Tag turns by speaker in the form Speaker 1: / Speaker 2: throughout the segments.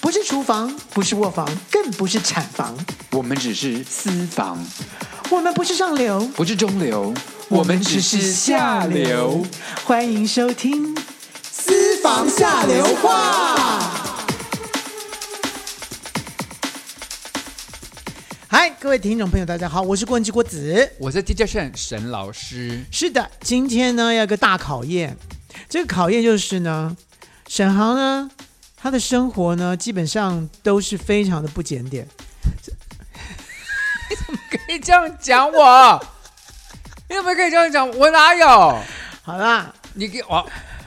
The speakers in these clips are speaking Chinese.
Speaker 1: 不是厨房，不是卧房，更不是产房，
Speaker 2: 我们只是私房，
Speaker 1: 我们不是上流，
Speaker 2: 不是中流，我们只是下流。。
Speaker 1: 欢迎收听《私房下流话》。嗨，各位听众朋友，大家好，我是郭文之郭子。
Speaker 2: 我是 DJ 沈沈老师，
Speaker 1: 是的，今天呢要有个大考验，这个考验就是呢，沈航呢，他的生活呢基本上都是非常的不检点。
Speaker 2: 可以这样讲我？你怎么可以这样讲？我哪有？
Speaker 1: 好啦，
Speaker 2: 你给我，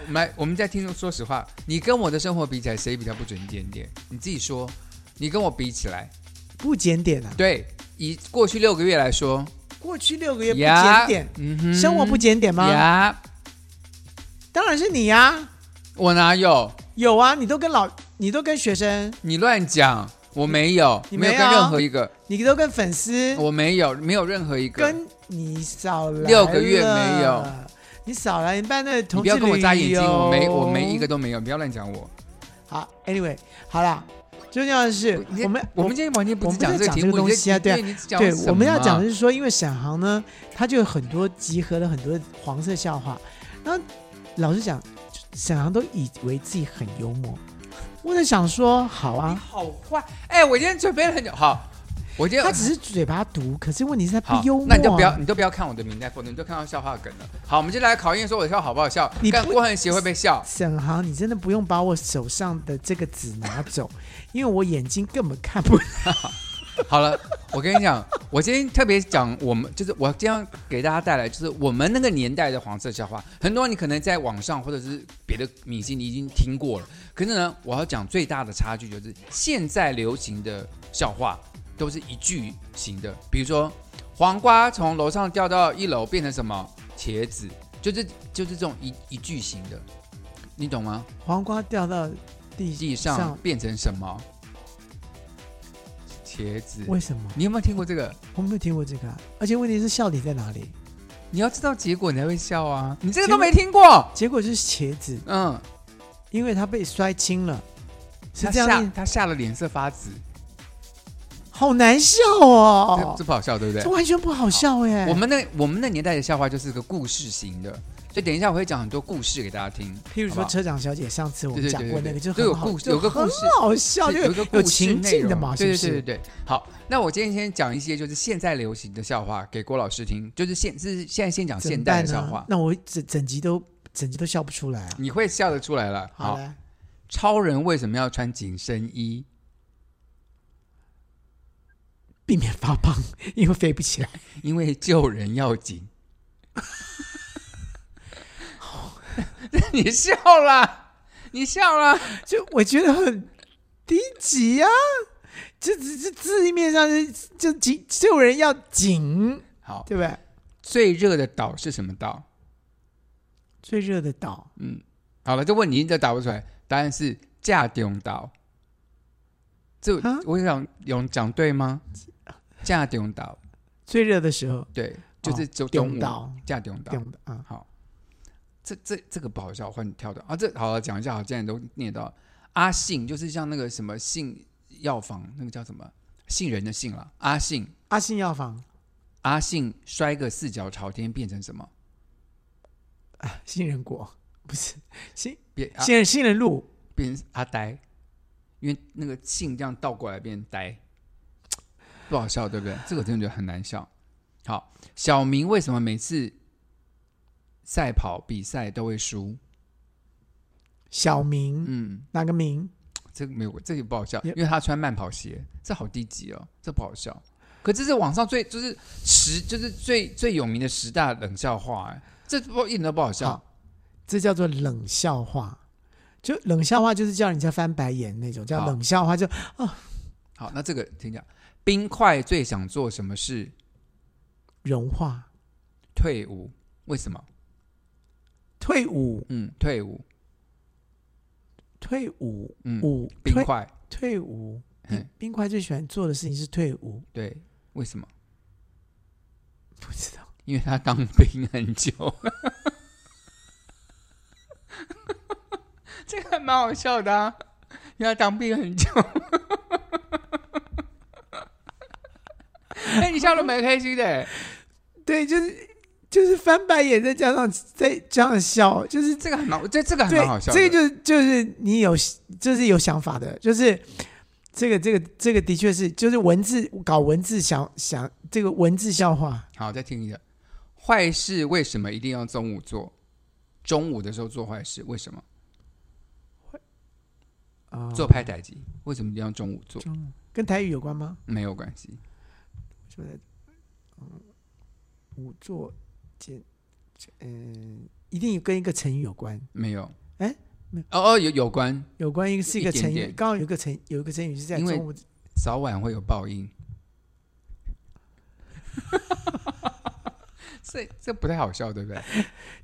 Speaker 2: 我们来，我们在听众说实话，你跟我的生活比起来，谁比较不准一点点？你自己说，你跟我比起来，
Speaker 1: 不检点啊，
Speaker 2: 对，以过去六个月来说，
Speaker 1: 过去六个月不
Speaker 2: 呀
Speaker 1: 检点，
Speaker 2: 嗯哼
Speaker 1: 生活不检点吗？
Speaker 2: 呀，
Speaker 1: 当然是你呀、
Speaker 2: 我哪有？
Speaker 1: 有啊，你都跟老，你都跟学生，
Speaker 2: 你乱讲，我没有，
Speaker 1: 你
Speaker 2: 没有
Speaker 1: 没
Speaker 2: 跟
Speaker 1: 有啊
Speaker 2: 任何一个，
Speaker 1: 你都跟粉丝，
Speaker 2: 我没有，没有任何一个。
Speaker 1: 跟你少来
Speaker 2: 六个月没有
Speaker 1: 了，你少来，你办那个
Speaker 2: 你
Speaker 1: 同
Speaker 2: 不要
Speaker 1: 志
Speaker 2: 跟我
Speaker 1: 旅
Speaker 2: 眨眼睛，我没，
Speaker 1: 游
Speaker 2: 我没一个。都没有，不要乱讲我。
Speaker 1: 好，anyway，好啦，最重要的是
Speaker 2: 你
Speaker 1: 我们
Speaker 2: 我们今天完全不是这个题目，
Speaker 1: 我们在讲这个东西啊对啊
Speaker 2: 你在讲
Speaker 1: 对，
Speaker 2: 什
Speaker 1: 我们要
Speaker 2: 么
Speaker 1: 讲的是说，因为沈航呢，他就有很多集合了很多黄色笑话。然后老实讲，沈航都以为自己很幽默。我在想说，好
Speaker 2: 你
Speaker 1: 啊，
Speaker 2: 好坏。哎，我今天准备了很久，好，我今天
Speaker 1: 他只是嘴巴毒，可是问题是他
Speaker 2: 好
Speaker 1: 不幽默啊、
Speaker 2: 那你就不要，你都不要看我的名单，否则你都看到笑话梗了。好，我们就来考验说我的笑好不好笑。
Speaker 1: 你
Speaker 2: 看
Speaker 1: 不
Speaker 2: 郭恒协会被笑，
Speaker 1: 沈航，你真的不用把我手上的这个纸拿走， 因为我眼睛根本看不。
Speaker 2: 好了，我跟你讲，我今天特别讲我们，就是我今天要给大家带来，就是我们那个年代的黄色笑话，很多你可能在网上或者是别的明星你已经听过了，可是呢，我要讲最大的差距就是现在流行的笑话都是一句型的，比如说黄瓜从楼上掉到一楼变成什么茄子，就是就是这种一一句型的，你懂吗？
Speaker 1: 黄瓜掉到地
Speaker 2: 地上变成什么茄子？
Speaker 1: 为什么？
Speaker 2: 你有没有听过这个？
Speaker 1: 我没有听过这个啊、而且问题是笑点在哪里？
Speaker 2: 你要知道结果，你才会笑啊！你这个都没听过，
Speaker 1: 结果就是茄子，
Speaker 2: 嗯，
Speaker 1: 因为它被摔青了，是
Speaker 2: 他
Speaker 1: 这样
Speaker 2: 吓
Speaker 1: 念，
Speaker 2: 他吓了脸色发紫，
Speaker 1: 好难笑
Speaker 2: 这
Speaker 1: 哦
Speaker 2: 这，不好笑，对不
Speaker 1: 这
Speaker 2: 对？
Speaker 1: 完全不好笑哎、
Speaker 2: 我们那我们那年代的笑话就是个故事型的，所以等一下我会讲很多故事给大家听，
Speaker 1: 譬如说
Speaker 2: 好不好
Speaker 1: 车长小姐上次我们
Speaker 2: 对对对
Speaker 1: 讲过那个，
Speaker 2: 对
Speaker 1: 就
Speaker 2: 都有
Speaker 1: 很好
Speaker 2: 故事
Speaker 1: 就
Speaker 2: 有个故
Speaker 1: 很
Speaker 2: 事
Speaker 1: 好笑，就
Speaker 2: 有一个
Speaker 1: 有
Speaker 2: 故事
Speaker 1: 情
Speaker 2: 内
Speaker 1: 境的
Speaker 2: 容
Speaker 1: 嘛，是
Speaker 2: 对
Speaker 1: 不
Speaker 2: 对
Speaker 1: 是？
Speaker 2: 对对对。好，那我今天先讲一些就是现在流行的笑话给郭老师听，就是现是现在先讲
Speaker 1: 怎
Speaker 2: 啊现
Speaker 1: 么
Speaker 2: 代
Speaker 1: 办
Speaker 2: 的笑
Speaker 1: 呢
Speaker 2: 话？，
Speaker 1: 那我整整集都整集都笑不出来啊。
Speaker 2: 你会笑得出来了。
Speaker 1: 好
Speaker 2: 好，
Speaker 1: 嘞，
Speaker 2: 超人为什么要穿紧身衣？
Speaker 1: 避免发胖， 因为飞不 起来。
Speaker 2: 因为救人要紧。 你笑啦，你笑啦，
Speaker 1: 就我觉得很低级呀、啊，这只是字面上是就紧，就有人要紧，
Speaker 2: 好，
Speaker 1: 对不对？
Speaker 2: 最热的岛是什么岛？
Speaker 1: 最热的岛，
Speaker 2: 嗯，好了，这问题你都答不出来，答案是架顶岛。这
Speaker 1: 啊
Speaker 2: 我想有讲对吗？架顶岛，
Speaker 1: 最热的时候，
Speaker 2: 对，就是中
Speaker 1: 顶
Speaker 2: 哦中午
Speaker 1: 岛，
Speaker 2: 架顶岛。
Speaker 1: 顶啊，
Speaker 2: 好，这这这个不好笑，换跳的啊。这好了，讲一下，好，既然都念到阿信，就是像那个什么信药房，那个叫什么杏仁的杏啦，阿信，
Speaker 1: 阿信药房，
Speaker 2: 阿信摔个四脚朝天变成什么？
Speaker 1: 杏仁果不是杏
Speaker 2: 变啊
Speaker 1: 杏仁杏仁露，
Speaker 2: 变成阿呆，因为那个信这样倒过来变呆，不好笑，对不对？这个真的觉得很难笑。好，小明为什么每次赛跑比赛都会输？
Speaker 1: 小明
Speaker 2: 嗯。
Speaker 1: 哪个明？
Speaker 2: 这个没有，这个不好笑，因
Speaker 1: 也
Speaker 2: 为他穿慢跑鞋，这好低级哦，这不好笑。可这是网上最就是十就是最最有名的十大冷笑话，哎，这不一点都不好笑
Speaker 1: 好。这叫做冷笑话。就冷笑话就是叫人家翻白眼那种，叫
Speaker 2: 好
Speaker 1: 冷笑话就。
Speaker 2: 好那这个听讲，冰块最想做什么事？
Speaker 1: 融化、
Speaker 2: 退伍？为什么？
Speaker 1: 退伍、
Speaker 2: 嗯，退伍，
Speaker 1: 退伍、
Speaker 2: 嗯，
Speaker 1: 伍、
Speaker 2: 冰
Speaker 1: 退
Speaker 2: 块，
Speaker 1: 退伍。
Speaker 2: 嗯
Speaker 1: 冰冰块最喜欢做的事情是退伍，
Speaker 2: 对，为什么？
Speaker 1: 不知道。
Speaker 2: 因为他当兵很久。 这个还蛮好笑的啊，要当兵很久。 哎、你笑的蛮开心的、
Speaker 1: 对，就是就是翻白眼，再加上再加上笑，就是
Speaker 2: 这个还蛮，这这个还
Speaker 1: 对
Speaker 2: 蛮好，笑的。
Speaker 1: 这个就是就是你有就是有想法的，就是这个这个这个的确是就是文字搞文字想想这个文字笑话，
Speaker 2: 好，再听一下。坏事为什么一定要中午做？中午的时候做坏事为什么？
Speaker 1: 啊，
Speaker 2: 做拍歹机为什么一定要中午做？
Speaker 1: 跟台语有关吗？
Speaker 2: 没有关系，
Speaker 1: 就在嗯，五座简嗯，一定跟一个成语有关，
Speaker 2: 没有。
Speaker 1: 哎没有
Speaker 2: 哦哦，有有关，
Speaker 1: 有关一个是一
Speaker 2: 一
Speaker 1: 个
Speaker 2: 点
Speaker 1: 成语，
Speaker 2: 点
Speaker 1: 刚好有一个成有一个成语是在
Speaker 2: 因为
Speaker 1: 中午
Speaker 2: 早晚会有报应。 这这不太好笑，对不对？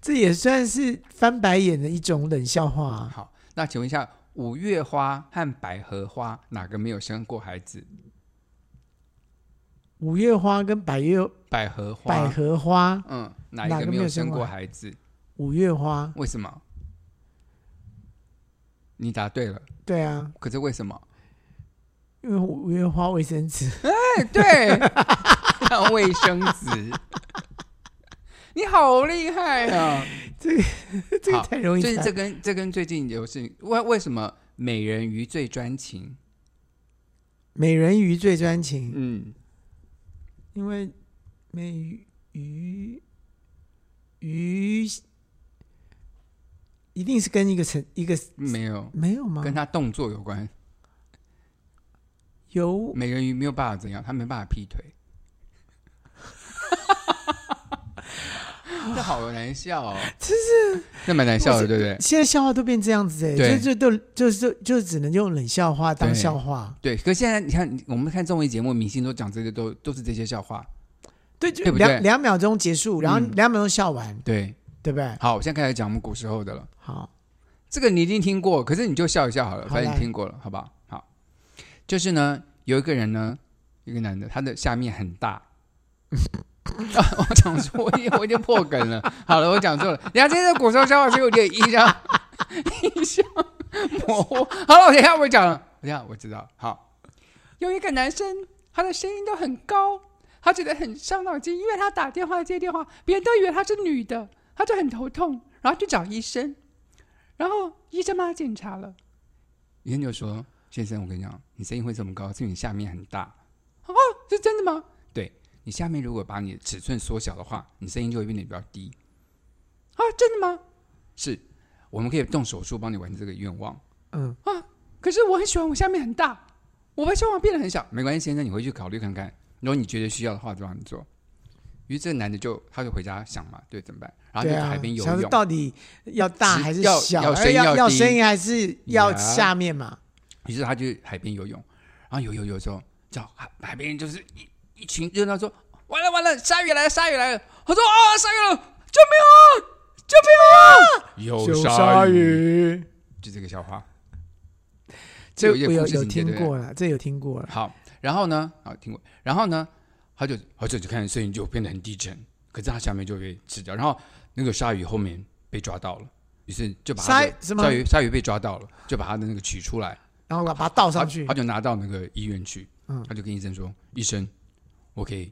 Speaker 1: 这也算是翻白眼的一种冷笑话、啊。
Speaker 2: 好，那请问一下，五月花和百合花哪个没有生过孩子？
Speaker 1: 五月花跟百月
Speaker 2: 百合花，
Speaker 1: 百合花，
Speaker 2: 嗯，哪一
Speaker 1: 哪个
Speaker 2: 个没
Speaker 1: 没有
Speaker 2: 有
Speaker 1: 生
Speaker 2: 生
Speaker 1: 过
Speaker 2: 过孩子？
Speaker 1: 五月花，
Speaker 2: 为什么？你答对了，
Speaker 1: 对啊，
Speaker 2: 可是为什么？
Speaker 1: 因为五月花卫生纸，
Speaker 2: 哎， 对，像卫生纸。你好厉害啊！
Speaker 1: 这个
Speaker 2: 好
Speaker 1: 太容易
Speaker 2: 就是
Speaker 1: 猜
Speaker 2: 这跟这跟最近有事情，为为什么美人鱼最专情？
Speaker 1: 美人鱼最专情，
Speaker 2: 嗯，
Speaker 1: 因为美鱼鱼一定是跟一个成一个
Speaker 2: 没有，
Speaker 1: 没有吗？
Speaker 2: 跟他动作有关。
Speaker 1: 有
Speaker 2: 美人鱼没有办法怎样，他没办法劈腿。 这好难笑、哦，
Speaker 1: 这
Speaker 2: 是这蛮难笑的，对不对？
Speaker 1: 现在笑话都变这样子哎、
Speaker 2: 对
Speaker 1: 就就都就就就只能用冷笑话当
Speaker 2: 对
Speaker 1: 笑话，
Speaker 2: 对，可现在你看，我们看综艺节目，明星都讲这些，都都是这些笑话。
Speaker 1: 对，就
Speaker 2: 对不
Speaker 1: 两
Speaker 2: 对
Speaker 1: 两秒钟结束，然后
Speaker 2: 嗯
Speaker 1: 两秒钟笑完，
Speaker 2: 对，
Speaker 1: 对不对？
Speaker 2: 好，我现在开始讲我们古时候的了。
Speaker 1: 好，
Speaker 2: 这个你一定听过，可是你就笑一下好了，
Speaker 1: 好
Speaker 2: 反正
Speaker 1: 来
Speaker 2: 你听过了，好不好？好，就是呢，有一个人呢，一个男的，他的下面很大。 啊、我讲错，我已经我已经破梗了。好了，我讲错了。人家今天的古时候笑话是有点印象印象模糊。好了，我等一下我讲了，等一下我知道。好，有一个男生，他的声音都很高，他觉得很伤脑筋，因为他打电话接电话，别人都以为他是女的，他就很头痛，然后去找医生。然后医生帮他检查了，医生就说：“先生，我跟你讲，你声音会这么高，是因为你下面很大。”哦，是真的吗？对你下面如果把你的尺寸缩小的话，你声音就会变得比较低。啊，真的吗？是，我们可以动手术帮你完成这个愿望。
Speaker 1: 嗯，
Speaker 2: 哦可是我很喜欢我下面很大，我把胸望变得很小。没关系，先生，你回去考虑看看。如果你觉得需要的话，就让你做。于是这个男的就他就回家想嘛，对，怎么办？然后
Speaker 1: 对
Speaker 2: 就去
Speaker 1: 啊
Speaker 2: 海，边游
Speaker 1: 想
Speaker 2: 泳
Speaker 1: 说。到底要大
Speaker 2: 是
Speaker 1: 还是
Speaker 2: 要
Speaker 1: 小？
Speaker 2: 要声音
Speaker 1: 要
Speaker 2: 要低
Speaker 1: 声音还是要
Speaker 2: Yeah
Speaker 1: 下面嘛？
Speaker 2: 于是他就去海边游泳，然后游游游的时候，叫海海边就是一一群热闹说：“完了完了，鲨鱼来了，鲨鱼来了！”他说：“啊，鲨鱼来了，救命啊，救命啊！”鱼，
Speaker 1: 鱼，
Speaker 2: 就这个笑话。
Speaker 1: 这
Speaker 2: 这
Speaker 1: 我
Speaker 2: 有一个
Speaker 1: 有
Speaker 2: 故事
Speaker 1: 有
Speaker 2: 情节
Speaker 1: 听
Speaker 2: 对不对？
Speaker 1: 过了，这有听过了。
Speaker 2: 好，然后呢，好听过，然后呢，他就他就就看声音就变得很低沉，可是他下面就被吃掉，然后那个鲨鱼后面被抓到了，于是就把他的
Speaker 1: 鲨什么
Speaker 2: 鲨鱼鲨鱼被抓到了，就把他的那个取出来。
Speaker 1: 然后把它倒
Speaker 2: 他
Speaker 1: 上去
Speaker 2: 他，就拿到那个医院去，
Speaker 1: 嗯
Speaker 2: 他就跟医生说：“医生，我可以，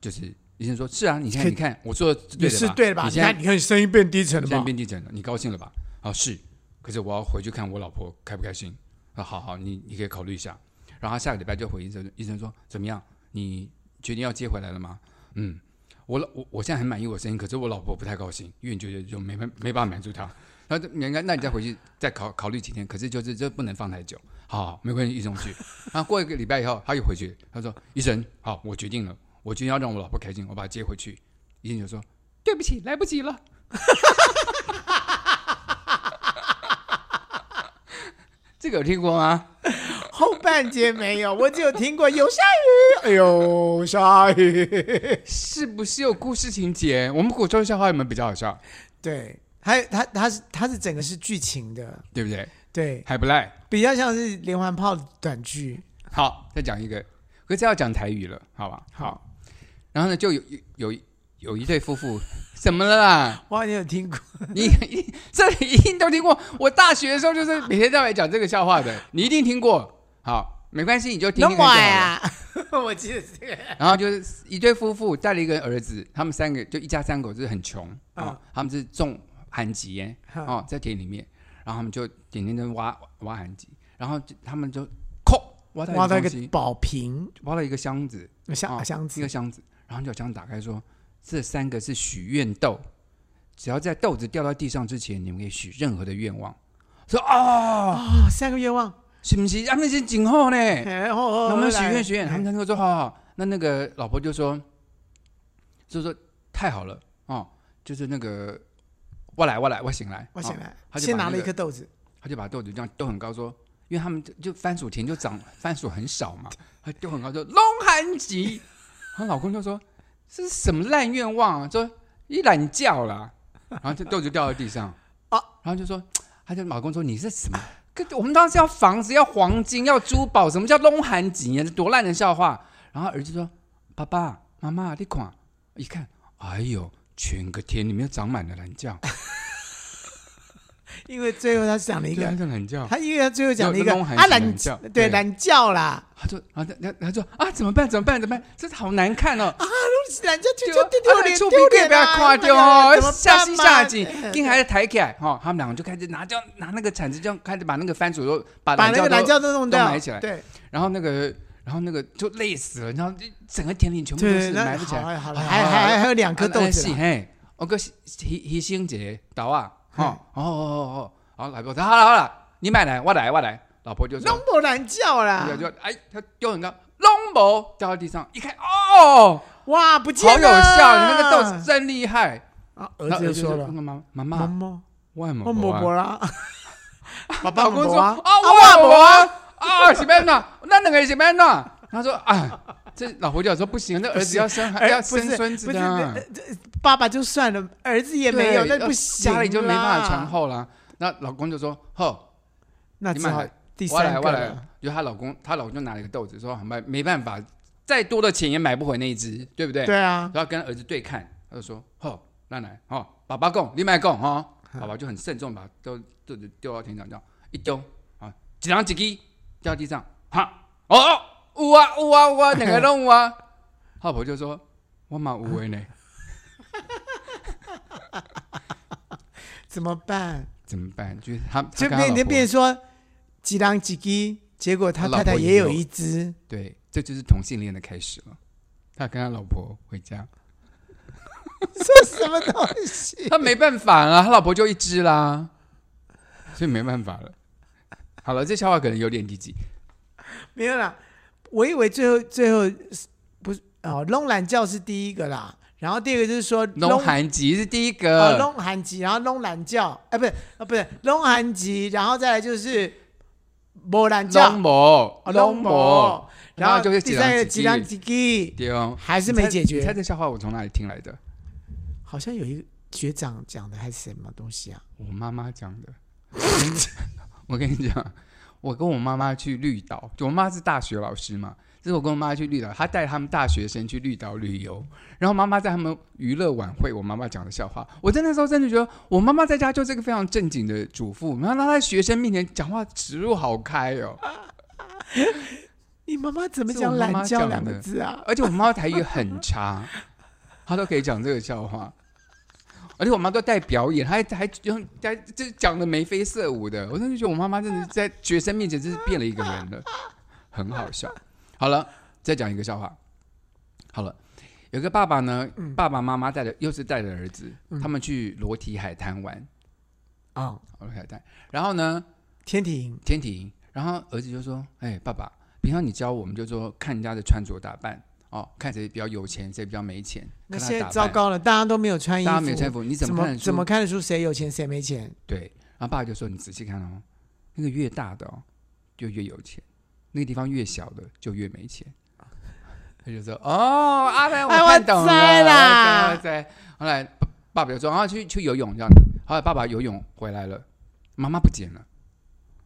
Speaker 2: 就是医生说是啊，你
Speaker 1: 可
Speaker 2: 看
Speaker 1: 以
Speaker 2: 你看，我做的是
Speaker 1: 也
Speaker 2: 对
Speaker 1: 是
Speaker 2: 的
Speaker 1: 对的吧？
Speaker 2: 你
Speaker 1: 你
Speaker 2: 现在
Speaker 1: 看，你看声音变低沉
Speaker 2: 你
Speaker 1: 了
Speaker 2: 现在
Speaker 1: 吧？
Speaker 2: 变地诊了，你高兴了吧？啊是，可是我要回去看我老婆开不开心啊。好好，你你可以考虑一下。然后他下个礼拜就回医生，医生说怎么样？你决定要接回来了吗？嗯，我老我我现在很满意我声音，可是我老婆不太高兴，因为觉得就没办没办法满足她。然后人家那你再回去再考考虑几天，可是就是这不能放太久。好好，没关系，医生去。然后过一个礼拜以后，他又回去，他说医生，好，我决定了，我决定要让我老婆开心，我把她接回去。医生就说对不起，来不及了。这个有听过吗？
Speaker 1: 后半截没有，我只有听过有鲨鱼，哎呦，鲨鱼。
Speaker 2: 是不是有故事情节？我们古装笑话有没有比较好笑？
Speaker 1: 对，还有它它是它是整个是剧情的，
Speaker 2: 对不对？
Speaker 1: 对，
Speaker 2: 还不赖。
Speaker 1: 比较像是连环炮短剧。
Speaker 2: 好，再讲一个，可是这要讲台语了，好吧？
Speaker 1: 好，
Speaker 2: 然后呢，就有有有有一对夫妇，怎么了啦？
Speaker 1: 我好像有听过，
Speaker 2: 你一这你一定都听过。我大学的时候就是每天在来讲这个笑话的，你一定听过。好，没关系，你就听听看就好了。
Speaker 1: 呀？ 我记得这个，
Speaker 2: 然后就是一对夫妇带了一个儿子，他们三个就一家三口就是很穷啊、哦他们是种寒极耶
Speaker 1: 嗯
Speaker 2: 哦，在田里面，然后他们就天天在挖挖寒极，然后就他们就扣挖到
Speaker 1: 挖到一
Speaker 2: 个
Speaker 1: 个
Speaker 2: 东西
Speaker 1: 宝瓶
Speaker 2: 挖到一个箱子，
Speaker 1: 箱、
Speaker 2: 哦
Speaker 1: 箱
Speaker 2: 一个
Speaker 1: 子，
Speaker 2: 箱子，然后就把箱子打开说，这三个是许愿豆，只要在豆子掉到地上之前，你们可以许任何的愿望。说哦，
Speaker 1: 哦，三个愿望，哎哦
Speaker 2: 是不是？他们是今后呢？
Speaker 1: 然后
Speaker 2: 哎那我们许愿许愿，他们三个说好好好。那那个老婆就说，就说太好了哦，就是那个我来我来我醒来
Speaker 1: 我
Speaker 2: 哦
Speaker 1: 醒来，
Speaker 2: 他就把
Speaker 1: 先拿
Speaker 2: 那
Speaker 1: 了一
Speaker 2: 个
Speaker 1: 颗豆子，
Speaker 2: 他就把豆子这样丢很高说，因为他们就就番薯田就长番薯很少嘛，他丢很高说龙寒极，她老公就说这是什么烂愿望啊，说一懒觉啦，然后这豆子掉到地上
Speaker 1: 啊，
Speaker 2: 然后就说他就老公说你是什么？跟我们当时要房子要黄金要珠宝，什么叫龙寒极啊？这多烂的笑话！然后儿子说爸爸妈妈你看，一看，哎呦，全个田里面长满了懒觉，
Speaker 1: 因为最后他讲了一
Speaker 2: 就
Speaker 1: 个
Speaker 2: 那，个懒觉。
Speaker 1: 他因为他最后讲了一个
Speaker 2: 有有那种韩
Speaker 1: 啊
Speaker 2: 式
Speaker 1: 懒
Speaker 2: 懒觉
Speaker 1: 对
Speaker 2: 对
Speaker 1: 懒觉啦，
Speaker 2: 他说，然后他他他说啊，怎么办？怎么办？怎么办？这好难看哦！
Speaker 1: 懒觉啊丢丢丢丢
Speaker 2: 啊
Speaker 1: 脸
Speaker 2: 出
Speaker 1: 丢
Speaker 2: 给
Speaker 1: 脸
Speaker 2: 不要
Speaker 1: 啊，
Speaker 2: 看掉
Speaker 1: 哎呀怎么
Speaker 2: 哦，
Speaker 1: 办
Speaker 2: 下心
Speaker 1: 嘛嗯
Speaker 2: 下井，跟孩子抬起来哦。他们两个就开始拿这样拿那个铲子，这样开始把那个番薯都把
Speaker 1: 把那个
Speaker 2: 懒
Speaker 1: 懒
Speaker 2: 觉
Speaker 1: 觉都弄掉，
Speaker 2: 埋起来
Speaker 1: 对
Speaker 2: 都，然后那个然后那个就累死了，然后就整个田里全部都
Speaker 1: 对，
Speaker 2: 是埋
Speaker 1: 那
Speaker 2: 不起来
Speaker 1: 好。了好了，
Speaker 2: 啊
Speaker 1: 还
Speaker 2: 好了
Speaker 1: 还还有两颗豆子
Speaker 2: 是
Speaker 1: 啦，
Speaker 2: 嘿，我个提醒一个豆啊，
Speaker 1: 嗯
Speaker 2: 哦哦哦哦，好，老婆说好了好了，你买来，我来我来。老婆就说
Speaker 1: 弄啊不懒觉啦
Speaker 2: 对，就哎，他丢很高，龙某掉到地上，一看哦。
Speaker 1: 哇不见
Speaker 2: 好有效，
Speaker 1: 了
Speaker 2: 你那个豆子真厉害。
Speaker 1: 啊
Speaker 2: 然
Speaker 1: 儿
Speaker 2: 后
Speaker 1: 子就说了
Speaker 2: 那。个妈妈
Speaker 1: 妈
Speaker 2: 妈，
Speaker 1: 妈，
Speaker 2: 我也没
Speaker 1: 我
Speaker 2: 没
Speaker 1: 摸摸啦，
Speaker 2: 爸爸
Speaker 1: 没
Speaker 2: 啊公
Speaker 1: 没
Speaker 2: 说
Speaker 1: 啊
Speaker 2: 啊，我我啊，是咩呢？那两个是咩呢？他说啊，这老婆就说不行，那儿子要生
Speaker 1: 哎
Speaker 2: 要
Speaker 1: 不是
Speaker 2: 生孙
Speaker 1: 不
Speaker 2: 子
Speaker 1: 是
Speaker 2: 的
Speaker 1: 呃
Speaker 2: 啊，
Speaker 1: 这爸爸就算了，儿子也没有，
Speaker 2: 对
Speaker 1: 那不行啦，
Speaker 2: 家里就没办法传后了。那老公就说：“吼，
Speaker 1: 那
Speaker 2: 你
Speaker 1: 只
Speaker 2: 买
Speaker 1: 好
Speaker 2: 来
Speaker 1: 第
Speaker 2: 我来，
Speaker 1: 三
Speaker 2: 我
Speaker 1: 个
Speaker 2: 来
Speaker 1: 了。。”
Speaker 2: 就她老公，她老公就拿了一个豆子，说：“没没办法，再多的钱也买不回那一只，对不对？”
Speaker 1: 对啊，
Speaker 2: 然后跟儿子对看，他就说：“吼、那来，吼、爸爸供，你买供，吼、爸爸就很慎重把豆豆子丢到天上，这样一丢啊，几两几滴掉地上，哈，哦，哦有啊有啊有啊，两个拢有啊。” 他老婆就说：“我嘛有的呢，
Speaker 1: 怎么办？
Speaker 2: 怎么办？”就是他，他
Speaker 1: 就
Speaker 2: 跟他
Speaker 1: 变
Speaker 2: 老
Speaker 1: 就
Speaker 2: 婆
Speaker 1: 变成说几狼几鸡，结果他
Speaker 2: 他老
Speaker 1: 太太
Speaker 2: 婆
Speaker 1: 也
Speaker 2: 也有
Speaker 1: 有一只，
Speaker 2: 对，这就是同性恋的开始了。他跟他老婆 回家，
Speaker 1: 这什么东西？
Speaker 2: 他没办法啊啦，他老婆就一只啦，所以没办法了。好了，这笑话可能有点低级，
Speaker 1: 没有啦，我以为最后最后是不是哦，弄懒觉是第一个啦，然后第二个就是说
Speaker 2: 农
Speaker 1: 弄
Speaker 2: 寒极是第一
Speaker 1: 啊，
Speaker 2: 个，
Speaker 1: 弄韩籍，然后弄懒觉，哎，不是啊，不是弄韩籍，然后再来就是波兰
Speaker 2: 龙
Speaker 1: 教，
Speaker 2: 某，
Speaker 1: 弄
Speaker 2: 某，
Speaker 1: 啊魔，然后
Speaker 2: 就是
Speaker 1: 第三个吉
Speaker 2: 几
Speaker 1: 良
Speaker 2: 两
Speaker 1: 吉吉，
Speaker 2: 对哦，
Speaker 1: 还是没解
Speaker 2: 你猜
Speaker 1: 决。
Speaker 2: 这笑话我从哪里听来的？
Speaker 1: 好像有一个学长讲的还是什么东西啊？
Speaker 2: 我妈妈讲 的。我跟你讲，我跟我妈妈去绿岛，就我妈是大学老师嘛，这是我跟我妈去绿岛，她带他们大学生去绿岛旅游，然后妈妈在他们娱乐晚会，我妈妈讲的笑话，我在那时候真的觉得，我妈妈在家就是个非常正经的主妇，然后她在学生面前讲话尺度好开哦，
Speaker 1: 你妈妈怎么
Speaker 2: 是
Speaker 1: 讲“
Speaker 2: 我妈妈
Speaker 1: 懒觉”
Speaker 2: 讲
Speaker 1: 两个
Speaker 2: 的
Speaker 1: 字啊？
Speaker 2: 而且我妈台语很差，她都可以讲这个笑话。而且我妈都带表演，还还用还就讲的眉飞色舞的，我真的觉得我妈妈真的在学生面前真是变了一个人了，很好笑。好了，再讲一个笑话。好了，有个爸爸呢，爸爸妈妈带着又是带着儿子，他们去裸体海滩玩，
Speaker 1: 啊，
Speaker 2: 裸体海滩。然后呢，
Speaker 1: 天体营
Speaker 2: 天体营。然后儿子就说：“哎，爸爸，平常你教我们就说看人家的穿着打扮哦，看谁比较有钱，谁比较没钱。
Speaker 1: 那
Speaker 2: 看他
Speaker 1: 现在
Speaker 2: 打扮
Speaker 1: 糟，糕了，大家都没有穿衣
Speaker 2: 大家没有穿衣
Speaker 1: 服，
Speaker 2: 服，你怎
Speaker 1: 怎
Speaker 2: 么看得
Speaker 1: 么
Speaker 2: 出
Speaker 1: 怎么看得出谁有钱谁没钱？
Speaker 2: 对？”然后爸爸就说：“你仔细看哦，那个越大的哦，就越有钱，那个地方越小的就越没钱。”他就说：“哦，阿伯，
Speaker 1: 哎
Speaker 2: 看懂
Speaker 1: 我
Speaker 2: 了，
Speaker 1: 知啦
Speaker 2: 我知我知后来爸爸爸就说：“啊，去去游泳这样子。”后来爸爸游泳回来
Speaker 1: 嗯
Speaker 2: 了，妈妈不见了。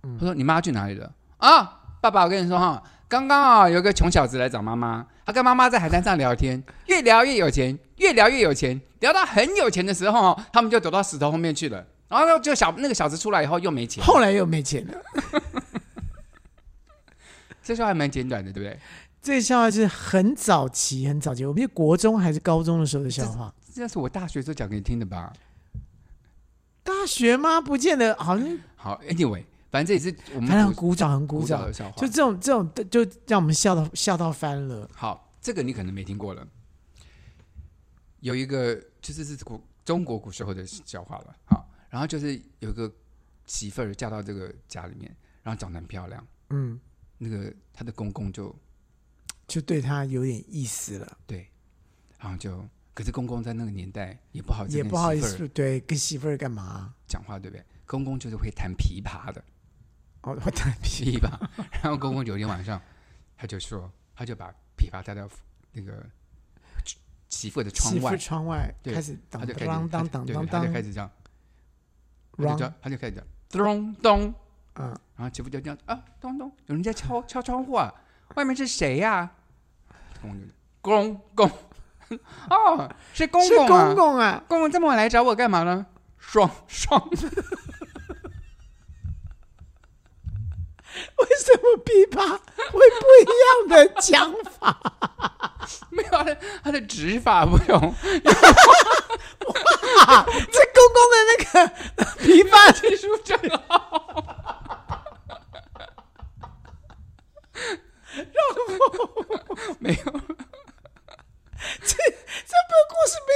Speaker 2: 他说：“你妈去哪里了？”啊，爸爸，我跟你说哈，刚刚啊，有个穷小子来找妈妈，他跟妈妈在海滩上聊 天，越聊越有钱，越聊越有钱，聊到很有钱的时候哦，他们就躲到石头后面去了。然后就小那个小子出来以后又没钱，
Speaker 1: 后来又没钱了。
Speaker 2: 这时候还蛮简短的，对不对？
Speaker 1: 这笑话是很早期、很早期，我们是国中还是高中的时候的笑话。
Speaker 2: 这是我大学时候讲给你听的吧？
Speaker 1: 大学吗？不见得，好像
Speaker 2: 好，anyway，反正这也是我们
Speaker 1: 反正很
Speaker 2: 古
Speaker 1: 鼓掌，很鼓
Speaker 2: 古早
Speaker 1: 掌
Speaker 2: 的。笑话。
Speaker 1: 就这种这种，就让我们笑到笑到翻了。
Speaker 2: 好，这个你可能没听过了。有一个就是是古中国古时候的笑话了，好，然后就是有一个媳妇儿嫁到这个家里面，然后长得很漂亮，
Speaker 1: 嗯，
Speaker 2: 那个她的公公就
Speaker 1: 就对他有点意思了，
Speaker 2: 对，然后就可是公公在那个年代也不好意思
Speaker 1: 也
Speaker 2: 哦跟
Speaker 1: 不好意
Speaker 2: 媳妇
Speaker 1: 思
Speaker 2: 儿，
Speaker 1: 对，跟媳妇儿干嘛？
Speaker 2: 讲话，对不对？公公就是会弹琵琶的，
Speaker 1: 哦，我弹皮，
Speaker 2: 琵琶。然后公公有一天晚上，他就说，他就把琵琶带到那个媳妇的窗
Speaker 1: 媳妇
Speaker 2: 外
Speaker 1: 儿，窗外
Speaker 2: 对
Speaker 1: 开始当
Speaker 2: 他就开始
Speaker 1: 当当
Speaker 2: 他
Speaker 1: 当
Speaker 2: 就
Speaker 1: 当
Speaker 2: 对他就开
Speaker 1: 当，
Speaker 2: 始这样，他就
Speaker 1: wrong
Speaker 2: 叫他就开始讲咚咚，
Speaker 1: 嗯，
Speaker 2: 然后媳妇就这样啊咚咚，有人在敲敲窗户啊，外面是谁呀、公公就公公，哦，是公
Speaker 1: 是
Speaker 2: 公啊，
Speaker 1: 公公啊，
Speaker 2: 公公这么晚来找我干嘛呢？爽爽，
Speaker 1: 为什么琵琶会不一样的讲法？
Speaker 2: 没有他的他的指法不同，
Speaker 1: 啊， 这公公的那个 琵琶
Speaker 2: 技术真好。没有，
Speaker 1: 这个故事没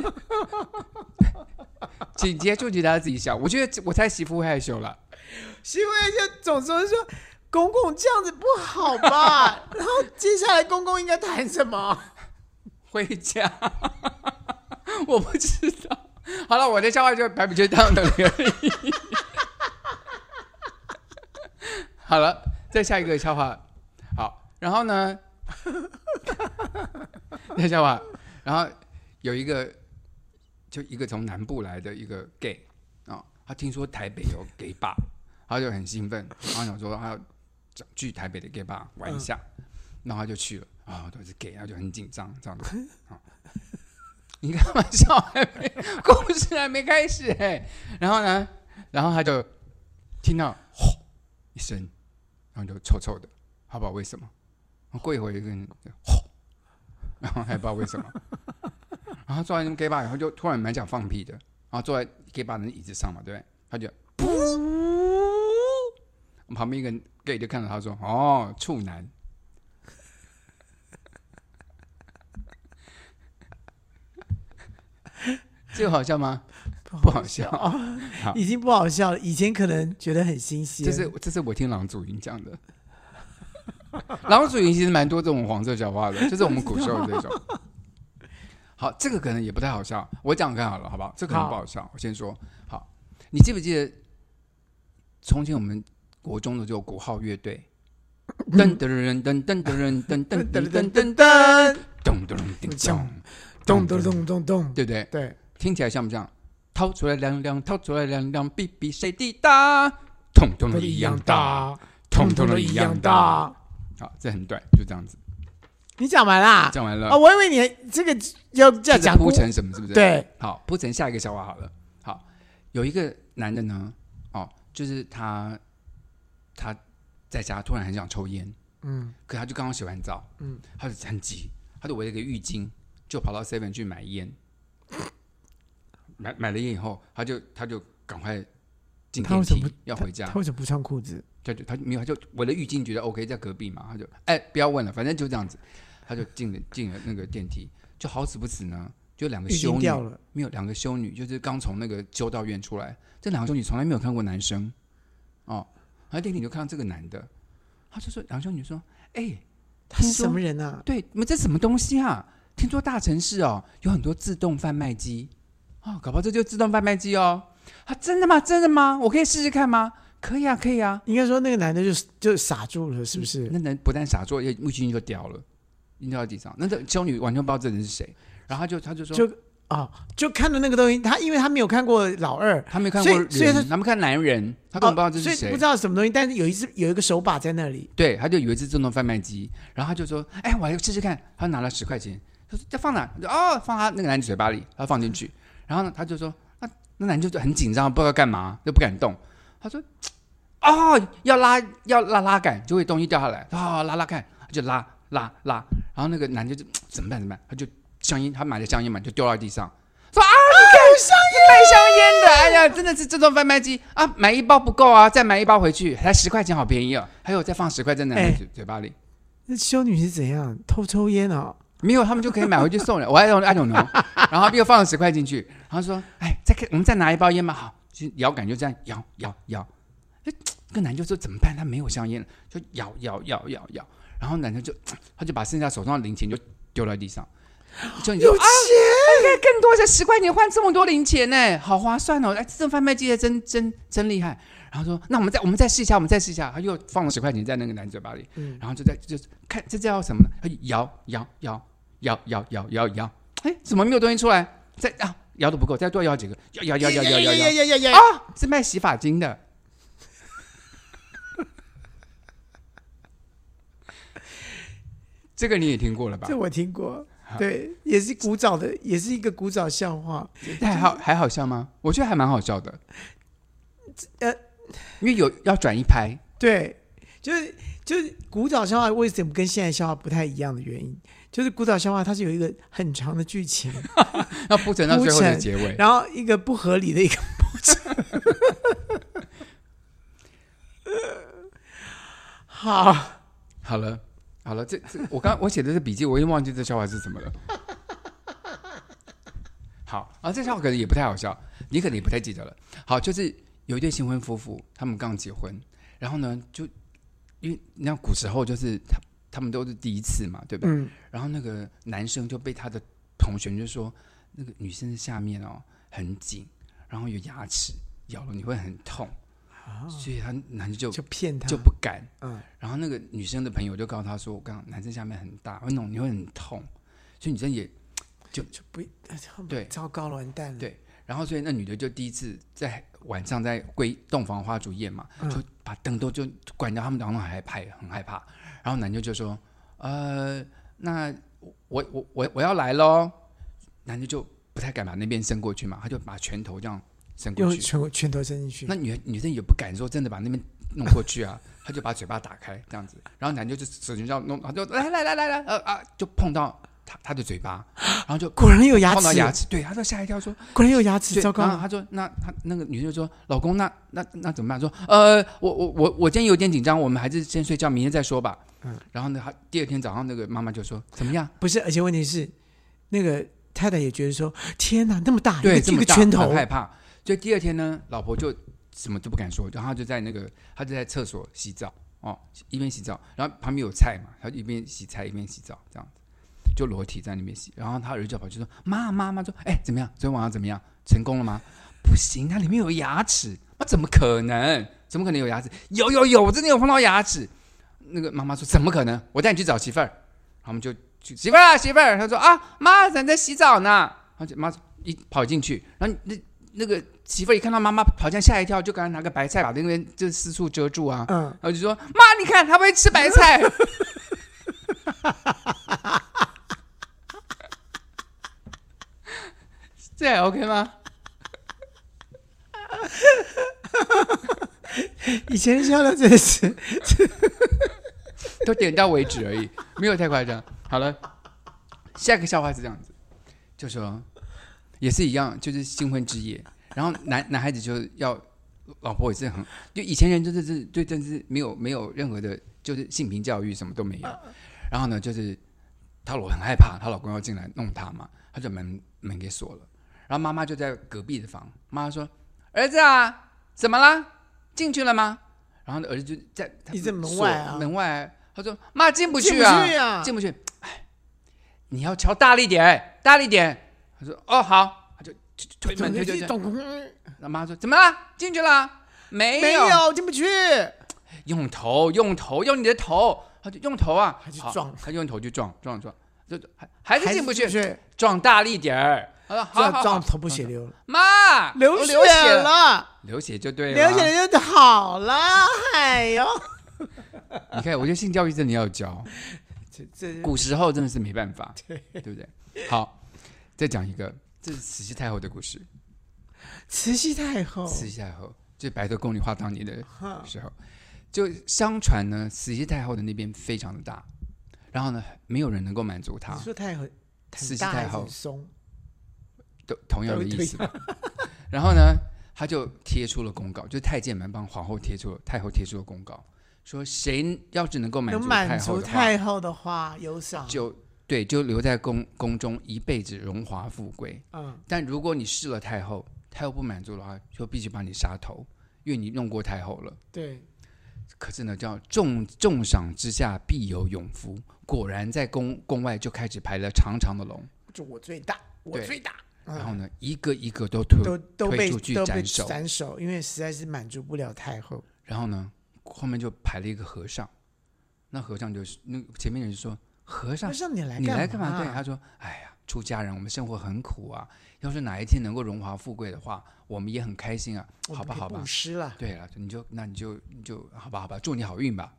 Speaker 1: 有结束啊！
Speaker 2: 请结束，就大家自己笑。我觉得我猜媳妇会害羞了。
Speaker 1: 媳妇就总说说公公这样子不好吧， 然后接下来公公应该谈什么？
Speaker 2: 回家， 我不知道。好了，我的笑话就白不就当的而已。 好了，再下一个笑话。好，然后呢？ 再笑话，然后有一个，就一个从南部来的一个 gay 哦，他听说台北有 gay bar，他就很兴奋，然后想说他要想去台北的 gay bar 玩一下，然后他就去了啊、都是 gay，他就很紧张这样子。啊你开玩笑，还没故事还没开始哎、然后呢，然后他就听到吼一声，然后就臭臭的，他不知道为什么。然后过一会儿，一个人就吼，然后还不知道为什么。然后坐在那个 gay bar，然后就突然蛮想放屁的，然后坐在 gay bar 的那椅子上嘛，对不对？他就噗，旁边一个 gay 就看到他说：“哦，处男。” 这个好笑吗？不好笑好
Speaker 1: 已经不好笑了。以前可能觉得很新鲜，
Speaker 2: 这是这是我听郎祖云讲的。郎祖云其实蛮多这种黄色笑话的，就是我们古时候这种。好，这个可能也不太好笑，我讲看好了，好不好？这可能不好笑，我先说。好，你记不记得从前我们国中的就有国号乐队？噔噔噔噔噔噔噔噔噔噔噔噔噔
Speaker 1: 噔
Speaker 2: 咚咚叮咚，
Speaker 1: 咚咚咚咚咚，
Speaker 2: 对不对？
Speaker 1: 对，
Speaker 2: 听起来像不像？掏出来两两，掏出来两两，比比谁的大，通通都一样大。，通通都一样大。。好，这很短，就这样子
Speaker 1: 你讲完啦？
Speaker 2: 讲完了。
Speaker 1: 哦，我以为你这个要要
Speaker 2: 这是
Speaker 1: 讲
Speaker 2: 铺
Speaker 1: 故
Speaker 2: 成什么？是不是？。
Speaker 1: 对，
Speaker 2: 好，铺成下一个笑话好了。好，有一个男的呢，哦，就是他他在家突然很想抽烟，
Speaker 1: 嗯，
Speaker 2: 可他就刚刚洗完澡，
Speaker 1: 嗯，
Speaker 2: 他就很急，他就围了一个浴巾，就跑到 Seven 去买 烟。买买了烟以后，他就他就赶快进
Speaker 1: 他
Speaker 2: 电
Speaker 1: 为什么
Speaker 2: 梯
Speaker 1: 不
Speaker 2: 要回家
Speaker 1: 他。为什么不穿裤子？
Speaker 2: 他就他就没有，他就我的浴巾觉得 OK，在隔壁嘛，他就哎不要问了，反正就这样子，他就进了进了那个电梯，就好死不死呢，就两个
Speaker 1: 已
Speaker 2: 修
Speaker 1: 经
Speaker 2: 女
Speaker 1: 掉了，
Speaker 2: 没有两个修女，就是刚从那个修道院出来，这两个修女从来没有看过男生，哦，然后电梯里就看到这个男的，他就说两个修女说，哎，
Speaker 1: 他是
Speaker 2: 听说
Speaker 1: 什么人啊？
Speaker 2: 对，你们这什么东西啊？听说大城市哦有很多自动贩卖机哦，搞不好这就自动贩卖机哦，啊真的吗？真的吗？我可以试试看吗？可以啊，可以啊。
Speaker 1: 应该说那个男的就就傻住了，是不是？
Speaker 2: 那人不但傻坐，也木须就掉了，晕掉到地上。那这修女完全不知道这人是谁，然后他就他就说，
Speaker 1: 就哦，就看到那个东西，他因为他没有看过老二，
Speaker 2: 他没看
Speaker 1: 所以
Speaker 2: 过人，
Speaker 1: 所以他
Speaker 2: 他没看男人，他根本不知道这是
Speaker 1: 哦所以
Speaker 2: 谁。
Speaker 1: 不知道什么东西，但是有一只有一个手把在那里，
Speaker 2: 对，他就以为是自动贩卖机，然后他就说：“哎，我来试试看。”他拿了十块钱，他说：“要放哪？”他说哦，放他那个男的嘴巴里，他放进去。然后呢，他就说：“那那男的就很紧张，不知道干嘛，就不敢动。”他说：“哦，要拉要拉拉杆，就会东西掉下来。啊、拉拉看，他就拉拉拉。然后那个男的就怎么办？怎么办？他就香烟，他买的香烟嘛，就丢到地上。”说啊，你看，卖香烟的，哎呀，真的是自动贩卖机啊！买一包不够啊，再买一包回去，才十块钱，好便宜哦。还有再放十块在男人嘴嘴巴里，
Speaker 1: 那修女是怎样偷抽烟哦？
Speaker 2: 没有他们就可以买回去送了。我还有 I don't know，然后又放了十块进去，然后说，哎，再看我们再拿一包烟吧，好，就摇杆就这样摇摇摇。哎，这个男就说怎么办？他没有香烟了，就摇摇摇摇摇，然后男的就他就把剩下手上的零钱就丢在地上，就你就啊
Speaker 1: 有钱，
Speaker 2: 哎更多才十块钱换这么多零钱呢，好划算哦！哎，这种贩卖机的真真真厉害。然后说，那我们再我们再试一下，我们再试一下。他又放了十块钱在那个男嘴巴里，
Speaker 1: 嗯
Speaker 2: 然后就在就看这叫什么呢？他就摇摇摇摇摇摇摇摇，哎，怎么没有东西出来？再啊，摇的不够，再多摇几个，摇摇摇摇摇摇摇，
Speaker 1: 呀呀呀！
Speaker 2: 是卖洗发精的。 这个你也听过了吧
Speaker 1: 这？我听过，
Speaker 2: 啊
Speaker 1: 对，也是古早的，也是一个古早笑话。
Speaker 2: 还好还好笑吗？我觉得还蛮好笑的。
Speaker 1: 呃，
Speaker 2: 因为有要转一拍，
Speaker 1: 对，就是就是古早笑话为什么跟现在笑话不太一样的原因，就是古早笑话它是有一个很长的剧情，
Speaker 2: 要铺陈到最后
Speaker 1: 铺
Speaker 2: 的
Speaker 1: 陈
Speaker 2: 结尾。
Speaker 1: 然后一个不合理的一个 过程。好，
Speaker 2: 好了好了，这这我刚我写的这笔记，我已经忘记这笑话是什么了。 好啊，这笑话可能也不太好笑，你可能也不太记得了。好，就是有一对新婚夫妇，他们刚结婚，然后呢，就因为你知道古时候就是他他们都是第一次嘛，对不对？
Speaker 1: 嗯，
Speaker 2: 然后那个男生就被他的同学就说，那个女生的下面哦很紧，然后有牙齿咬了你会很痛，所以他男生就
Speaker 1: 就骗他，
Speaker 2: 就不敢。
Speaker 1: 嗯
Speaker 2: 然后那个女生的朋友就告诉他说，我刚刚男生下面很大，会弄你会很痛，所以女生也
Speaker 1: 就不哎
Speaker 2: 对
Speaker 1: 糟糕了，完蛋了。
Speaker 2: 对然后所以那女的就第一次在晚上在归洞房花烛夜嘛，
Speaker 1: 嗯
Speaker 2: 就把灯都就关掉，他们两个很害怕，很害怕。然后男的就说：“呃，那我我我我要来喽。”男的就不太敢把那边伸过去嘛，他就把拳头这样伸过
Speaker 1: 用
Speaker 2: 去。
Speaker 1: 拳拳头伸进去，
Speaker 2: 那女女生也不敢说真的把那边弄过去啊，她就把嘴巴打开这样子，然后男的就手就这样弄，他就来来来来来，呃啊，就碰到他他的嘴巴，然后就
Speaker 1: 果然有牙
Speaker 2: 碰到
Speaker 1: 齿，
Speaker 2: 牙齿，对，他就吓一跳说。
Speaker 1: 果然有牙齿，
Speaker 2: 对啊
Speaker 1: 糟糕
Speaker 2: 然后
Speaker 1: 了。
Speaker 2: 他说，那他那个女生就说，老公，那那那怎么办？说，呃，我我我我今天有点紧张，我们还是先睡觉，明天再说吧。
Speaker 1: 嗯
Speaker 2: 然后呢，他第二天早上那个妈妈就说，怎么样？
Speaker 1: 不是，而且问题是，那个太太也觉得说，天哪，那么大，
Speaker 2: 对，
Speaker 1: 一个
Speaker 2: 这
Speaker 1: 一
Speaker 2: 么
Speaker 1: 个
Speaker 2: 大，
Speaker 1: 拳头
Speaker 2: 很，害怕。所以第二天呢，老婆就什么都不敢说，然后她就在那个，她就在厕所洗澡哦，一边洗澡，然后旁边有菜嘛，她就一边洗菜一边洗澡，这样子就裸体在那边洗。然后她儿子就跑去说：“妈妈妈说，哎、怎么样？昨天晚上怎么样？成功了吗？”不行，它里面有牙齿，那怎么可能？怎么可能有牙齿？有有有，我真的有碰到牙齿。那个妈妈说：“怎么可能？我带你去找媳妇儿。”然后我们就去媳妇儿啊，媳妇儿。她说：“啊，妈，咱在洗澡呢。”然后就妈一跑进去，然后那那个媳妇儿一看到妈妈跑进来，吓一跳，就赶紧拿个白菜把那边就四处遮住啊。
Speaker 1: 嗯，
Speaker 2: 然后就说：“妈，你看他会吃白菜。” 这还 OK 吗？
Speaker 1: 以前笑到真的是，
Speaker 2: 都点到为止而已，没有太夸张。好了，下一个笑话是这样子，就说也是一样，就是新婚之夜，然后男男孩子就要老婆也是很，就以前人就是是对政治没有没有任何的，就是性平教育什么都没有。然后呢，就是她老很害怕，她老公要进来弄她嘛，她就门门给锁了。然后妈妈就在隔壁的房，妈妈说：“儿子啊，怎么啦？进去了吗？”然后呢，儿子就在他
Speaker 1: 你在门
Speaker 2: 锁
Speaker 1: 外啊
Speaker 2: 门外，他说：“妈，进不
Speaker 1: 进
Speaker 2: 去
Speaker 1: 不
Speaker 2: 啊，
Speaker 1: 去啊
Speaker 2: 进不去。”哎，你要敲大力点，大力点。他说：“哦，好。”他就就推门推推推。
Speaker 1: 咚
Speaker 2: 那妈说：“怎么啦？进去啦？没
Speaker 1: 嗯没有进不去，
Speaker 2: 用头，用头，用你的头。”他就用头啊，
Speaker 1: 他去
Speaker 2: 好
Speaker 1: 撞
Speaker 2: 他就用头去撞，撞撞，就还还是
Speaker 1: 还
Speaker 2: 进不去，
Speaker 1: 去，
Speaker 2: 撞大力点儿。好了，好
Speaker 1: 撞
Speaker 2: 好
Speaker 1: 撞
Speaker 2: 好
Speaker 1: 头破血流了，
Speaker 2: 妈我
Speaker 1: 血
Speaker 2: 流血，
Speaker 1: 了，
Speaker 2: 流血就对啊了。
Speaker 1: 流血了就好了。哎呦，
Speaker 2: 你看，我觉得性教育真的要教，
Speaker 1: 这这
Speaker 2: 古时候真的是没办法，对不对？好，再讲一个，这是慈禧太后的故事。
Speaker 1: 慈禧太后，
Speaker 2: 慈禧太后就白头宫女花当年的
Speaker 1: 哈
Speaker 2: 时候，就相传呢，慈禧太后的那边非常的大，然后呢，没有人能够满足她
Speaker 1: 你，说太后很
Speaker 2: 啊慈禧
Speaker 1: 大
Speaker 2: 太
Speaker 1: 还是
Speaker 2: 后
Speaker 1: 很松，
Speaker 2: 都同样的
Speaker 1: 都
Speaker 2: 意思吧。然后呢，他就贴出了公告，就太监们帮皇后贴出了太后贴出了公告，说谁要是能够满
Speaker 1: 能
Speaker 2: 足
Speaker 1: 满
Speaker 2: 太后
Speaker 1: 足
Speaker 2: 的话，
Speaker 1: 太后的话有赏，
Speaker 2: 就对，就留在宫宫中一辈子荣华富贵。
Speaker 1: 嗯，
Speaker 2: 但如果你试了太后，太后不满足的话，就必须把你杀头，因为你弄过太后了。
Speaker 1: 对，
Speaker 2: 可是呢，叫重重赏之下必有勇夫。果然在宫宫外就开始排了长长的龙，
Speaker 1: 就我最大，我
Speaker 2: 对
Speaker 1: 最大，
Speaker 2: 然
Speaker 1: 嗯
Speaker 2: 后呢，一个一个都推，
Speaker 1: 都都
Speaker 2: 推
Speaker 1: 被
Speaker 2: 出去
Speaker 1: 都被
Speaker 2: 斩首
Speaker 1: 斩首，因为实在是满足不了太后。
Speaker 2: 然后呢，后面就排了一个和尚。那和尚就是那前面人说和尚
Speaker 1: 那让你来
Speaker 2: 啊你来
Speaker 1: 干
Speaker 2: 干
Speaker 1: 嘛？啊
Speaker 2: 嘛？对，他说：“哎呀，出家人，我们生活很苦啊。要是哪一天能够荣华富贵的话，我们也很开心啊。
Speaker 1: 我
Speaker 2: 好
Speaker 1: 们
Speaker 2: 吧，
Speaker 1: 可以
Speaker 2: 好吧
Speaker 1: 布。施了，
Speaker 2: 对了，你就那你就你就好吧，好吧，祝你好运吧。”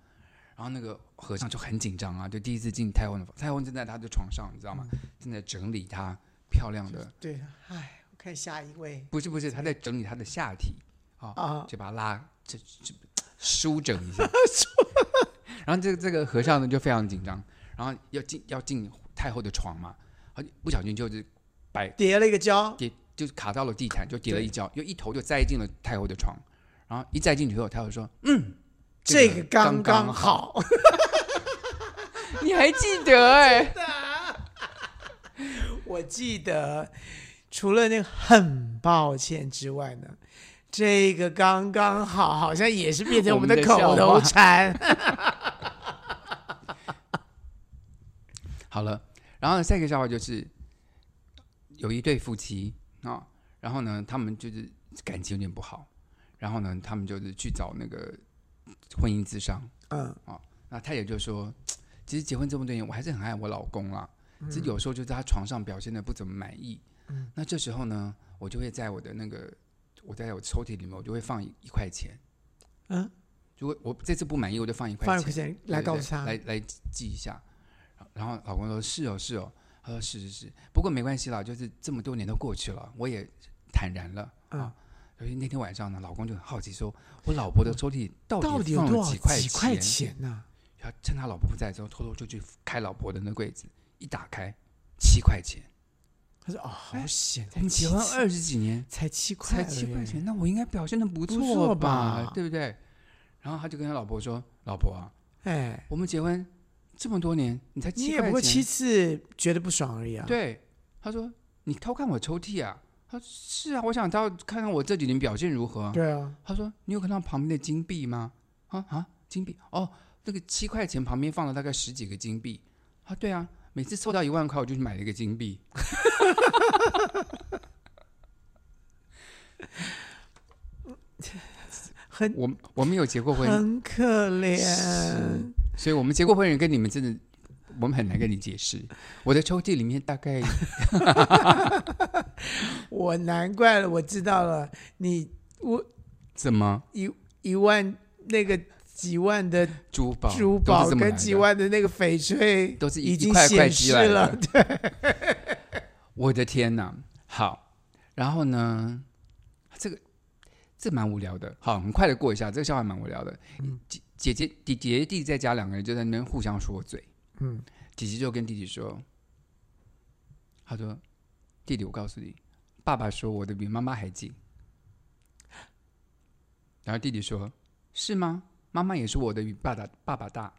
Speaker 2: 然后那个和尚就很紧张啊，就第一次进太后的房，太后正在她的床上，你知道吗？
Speaker 1: 嗯
Speaker 2: 正在整理她漂亮的，
Speaker 1: 对，哎，我看下一位
Speaker 2: 不是不是，她在整理她的下体啊，
Speaker 1: 啊，
Speaker 2: 就把它拉这这舒整 一下。然后这个这个和尚呢就非常紧张，然后要进要进太后的床嘛，他就不小心就是摆
Speaker 1: 叠了一个跤，
Speaker 2: 跌就是卡到了地毯，就跌了
Speaker 1: 对
Speaker 2: 一跤，又一头就栽进了太后的床。然后一栽进去以后，太后说：“嗯，
Speaker 1: 这
Speaker 2: 个
Speaker 1: 个刚
Speaker 2: 刚
Speaker 1: 刚。好。
Speaker 2: 你还记得哎、
Speaker 1: 我记得除了那个很抱歉之外呢，这个刚刚好，好像也是变成我们的口头禅。
Speaker 2: 好了，然后呢，下一个笑话就是有一对夫妻啊、然后呢，他们就是感情有点不好，然后呢，他们就是去找那个婚姻咨商，
Speaker 1: 嗯，
Speaker 2: 那太姐就说，其实结婚这么多年，我还是很爱我老公啦，只是有时候就在他床上表现的不怎么满意，那这时候呢，我就会在我的那个我在我抽屉里面，我就会放一一块钱，
Speaker 1: 嗯，
Speaker 2: 如果我这次不满意，我就放一块
Speaker 1: 范瑞克，
Speaker 2: 钱
Speaker 1: 先
Speaker 2: 对
Speaker 1: 来
Speaker 2: 对
Speaker 1: 告诉他，
Speaker 2: 来来记一下。然后老公说：“是哦，是哦。”他说：“是是是，不过没关系啦，就是这么多年都过去了，我也坦然了。”
Speaker 1: 嗯
Speaker 2: 啊，所以那天晚上呢，老公就很好奇说：“我老婆的抽屉到
Speaker 1: 到底
Speaker 2: 底
Speaker 1: 有
Speaker 2: 放了
Speaker 1: 多少
Speaker 2: 块
Speaker 1: 几块钱呢、
Speaker 2: 然后趁他老婆不在之后，偷偷就去开老婆的那柜子，一打开，七块钱。
Speaker 1: 他说：“哦，好险，
Speaker 2: 我
Speaker 1: 才
Speaker 2: 哎们
Speaker 1: 七
Speaker 2: 结婚二十几年，
Speaker 1: 才七块
Speaker 2: 才
Speaker 1: 了耶，
Speaker 2: 七块钱，那我应该表现的不
Speaker 1: 不错
Speaker 2: 错
Speaker 1: 吧
Speaker 2: 对不对？”然后他就跟他老婆说：“老婆啊，
Speaker 1: 哎，
Speaker 2: 我们结婚这么多年，你才
Speaker 1: 你
Speaker 2: 七
Speaker 1: 也
Speaker 2: 块
Speaker 1: 不过
Speaker 2: 钱，
Speaker 1: 七次觉得不爽而已啊。”
Speaker 2: 对，他说你偷看我抽屉啊？他说是啊，我想到看看我这几年表现如何啊。
Speaker 1: 对啊，
Speaker 2: 他说你有看到旁边的金币吗？啊啊，金币哦，那个七块钱旁边放了大概十几个金币。啊，对啊，每次凑到一万块我就去买了一个金币。
Speaker 1: 很
Speaker 2: 我我们有结过婚，
Speaker 1: 很可怜
Speaker 2: 是。所以我们结过婚的人跟你们真的。我们很难跟你解释，我的抽屉里面大概
Speaker 1: 我难怪了，我知道了，你我
Speaker 2: 怎么
Speaker 1: 一一万那个几万的
Speaker 2: 珠宝、
Speaker 1: 珠
Speaker 2: 都
Speaker 1: 宝
Speaker 2: 是这么来
Speaker 1: 跟
Speaker 2: 的
Speaker 1: 几万的那个翡翠
Speaker 2: 都是一
Speaker 1: 已经
Speaker 2: 一块一
Speaker 1: 显
Speaker 2: 块积
Speaker 1: 示
Speaker 2: 来
Speaker 1: 了
Speaker 2: 的，我的天呐，好，然后呢，这个这蛮无聊的，好，很快的过一下，这个笑话蛮无聊的。姐姐姐弟姐弟在家两个人就在那边互相说嘴，
Speaker 1: 嗯，
Speaker 2: 姐姐就跟弟弟说，她说：“弟弟，我告诉你，爸爸说我的比妈妈还近。”然后弟弟说：“是吗？妈妈也说我的比爸爸爸爸大。”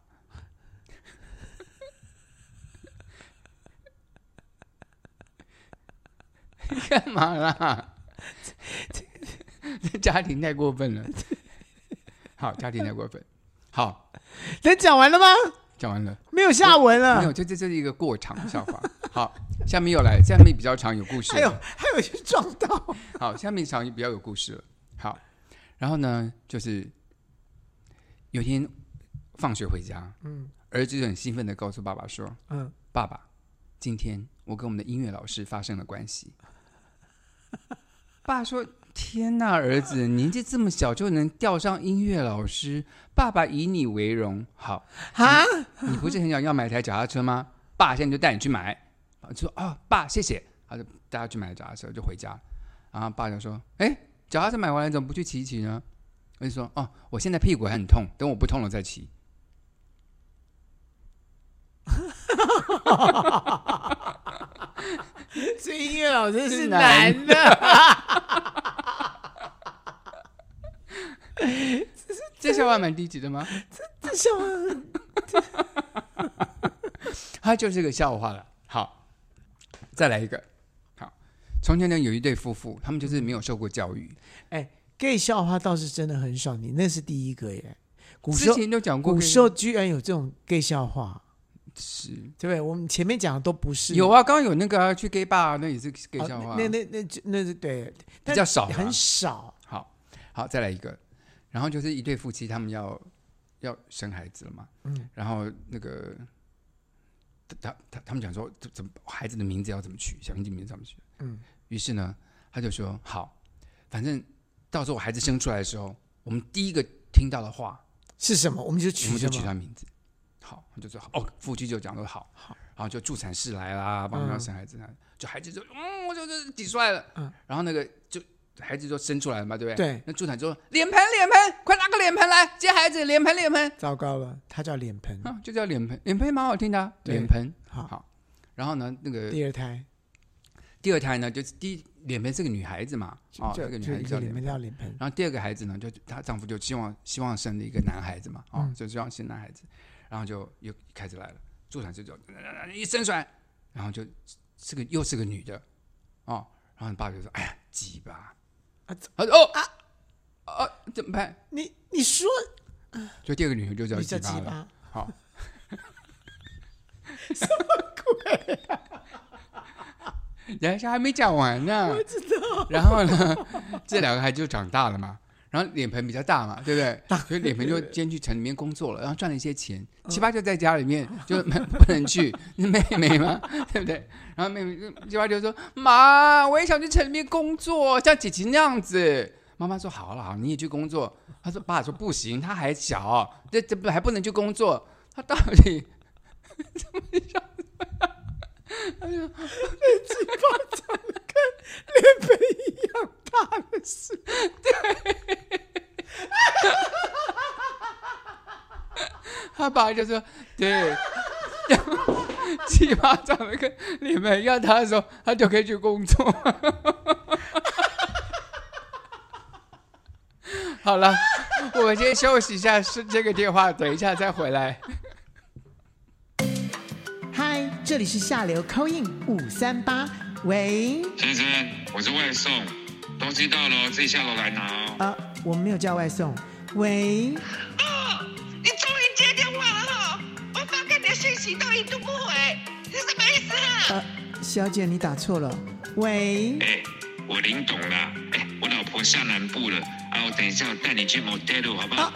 Speaker 2: 干嘛啦？这家庭太过分了。好，家庭太过分。好，
Speaker 1: 等讲完了吗？
Speaker 2: 讲完了。
Speaker 1: 没有下文
Speaker 2: 没
Speaker 1: 了
Speaker 2: 有，。就这这是一个过场笑话。好，下面又来，下面比较长，有故事
Speaker 1: 还。有还有就撞到，
Speaker 2: 好，下面长比较有故事了。好，然后呢，就是有一天放学回家，
Speaker 1: 嗯
Speaker 2: 儿子就很兴奋的告诉爸爸说
Speaker 1: 嗯，：“
Speaker 2: 爸爸，今天我跟我们的音乐老师发生了关系。”爸说：“天呐，儿 子，年纪这么小就能调上音乐老师，爸爸以你为荣。好，
Speaker 1: 哈，
Speaker 2: 你不是很想要买台脚踏车吗？爸，现在就带你去买。”我就说：“哦，爸，谢谢。”他就带他去买脚踏车，就回家。然后爸就说：“哎，脚踏车买回来怎么不去骑一骑呢？”我就说：“哦，我现在屁股还很痛，等我不痛了再骑。”
Speaker 1: 所以音乐老师是
Speaker 2: 是
Speaker 1: 男
Speaker 2: 男
Speaker 1: 的，
Speaker 2: 这笑话蛮低级的吗？
Speaker 1: 这笑话
Speaker 2: 它就是个笑话了。好，再来一个。好，从前呢有一对夫妇，他们就是没有受过教育，
Speaker 1: gay 笑话倒是真的很少，你那是第一个耶。古时
Speaker 2: 之
Speaker 1: 候
Speaker 2: 前都讲过
Speaker 1: 古
Speaker 2: 给，
Speaker 1: 时候居然有这种 gay 笑话，
Speaker 2: 是
Speaker 1: 对不对？我们前面讲的都不是
Speaker 2: 有啊，刚刚有那个、啊、去 gay bar，那也是 gay
Speaker 1: 哦
Speaker 2: 笑话啊、
Speaker 1: 那那那那那是对，
Speaker 2: 比较少啊、
Speaker 1: 很少。
Speaker 2: 好，好，再来一个。然后就是一对夫妻，他们要要生孩子了嘛，
Speaker 1: 嗯，
Speaker 2: 然后那个他他他们讲说怎怎么孩子的名字要怎么取，小名字名字怎么取，
Speaker 1: 嗯，
Speaker 2: 于是呢，他就说好，反正到时候我孩子生出来的时候，我们第一个听到的话，
Speaker 1: 是什么？我们就
Speaker 2: 我
Speaker 1: 取
Speaker 2: 们就
Speaker 1: 什
Speaker 2: 取
Speaker 1: 么？
Speaker 2: 他名字。好，我就说哦，夫妻就讲说好，
Speaker 1: 好，
Speaker 2: 然后就助产士来啦，帮他
Speaker 1: 嗯
Speaker 2: 生孩子，啊就孩子就嗯，我就是挤出来了，
Speaker 1: 嗯，
Speaker 2: 然后那个就孩子就生出来了嘛，对不对？
Speaker 1: 对，
Speaker 2: 那助产就说脸盆脸盆，快拿个脸盆来接孩子，脸盆脸盆，
Speaker 1: 糟糕了，他叫脸盆。
Speaker 2: 啊，就叫脸盆，脸盆也蛮好听的啊、
Speaker 1: 对
Speaker 2: 脸盆。
Speaker 1: 好，
Speaker 2: 好，然后呢，那个
Speaker 1: 第二胎
Speaker 2: 第二胎呢，就是第一脸盆是个女孩子嘛，哦，
Speaker 1: 就
Speaker 2: 这个女
Speaker 1: 就
Speaker 2: 孩
Speaker 1: 一
Speaker 2: 子叫
Speaker 1: 个脸
Speaker 2: 脸盆
Speaker 1: 盆。叫脸盆。
Speaker 2: 然后第二个孩子呢，就她丈夫就希望希望生了一个男孩子嘛，哦，
Speaker 1: 嗯
Speaker 2: 就希望生男孩子，然后就又开始来了，助产士就一生出来，然后就是个又是个女的，哦，然后你爸就说：“哎呀，鸡巴！”
Speaker 1: 啊
Speaker 2: 啊，他说：“哦啊啊，怎么办
Speaker 1: 你你说？”
Speaker 2: 就第二个女的就叫
Speaker 1: 你叫
Speaker 2: 鸡
Speaker 1: 鸡
Speaker 2: 巴了。
Speaker 1: 巴？
Speaker 2: 好，啊 什么鬼、人家还没讲完呢，我知道。然后呢，这两个孩子就长大了嘛，然后脸盆比较大嗯嘛，对不对？所以脸盆就先去城里面工作了，然后赚了一些钱。七八就在家里 面，就不能去，是妹妹嘛，对不对？然后妹妹就七八就说：“妈，我也想去城里面工作，像姐姐那样子。”妈妈说：“好了，好，你也去工作。”他说：“爸说不行，他还小，这这不还不能去工作。他到底 哎 怎么样？他鸡巴长得跟脸盆一样大的事，对。”他爸就说：“对， 鸡巴长得跟脸盆一样大的时候，他就可以去工作。” 好了，我们先休息一下，是这个电话，等一下再回来。
Speaker 1: 嗨，这里是下流 coin 五三八，喂，
Speaker 3: 先生，我是外送，东西到了哦自己下楼来拿哦。
Speaker 1: 呃，我们没有叫外送，喂，
Speaker 4: 哦，你终于接电话了哈、我发给你的讯息都一度不回，是什么意思啊？
Speaker 1: 呃，小姐你打错了，喂，
Speaker 3: 哎、我领懂了，哎、我老婆下南部了，啊，我等一下我带你去 motel 好不好？
Speaker 1: 啊，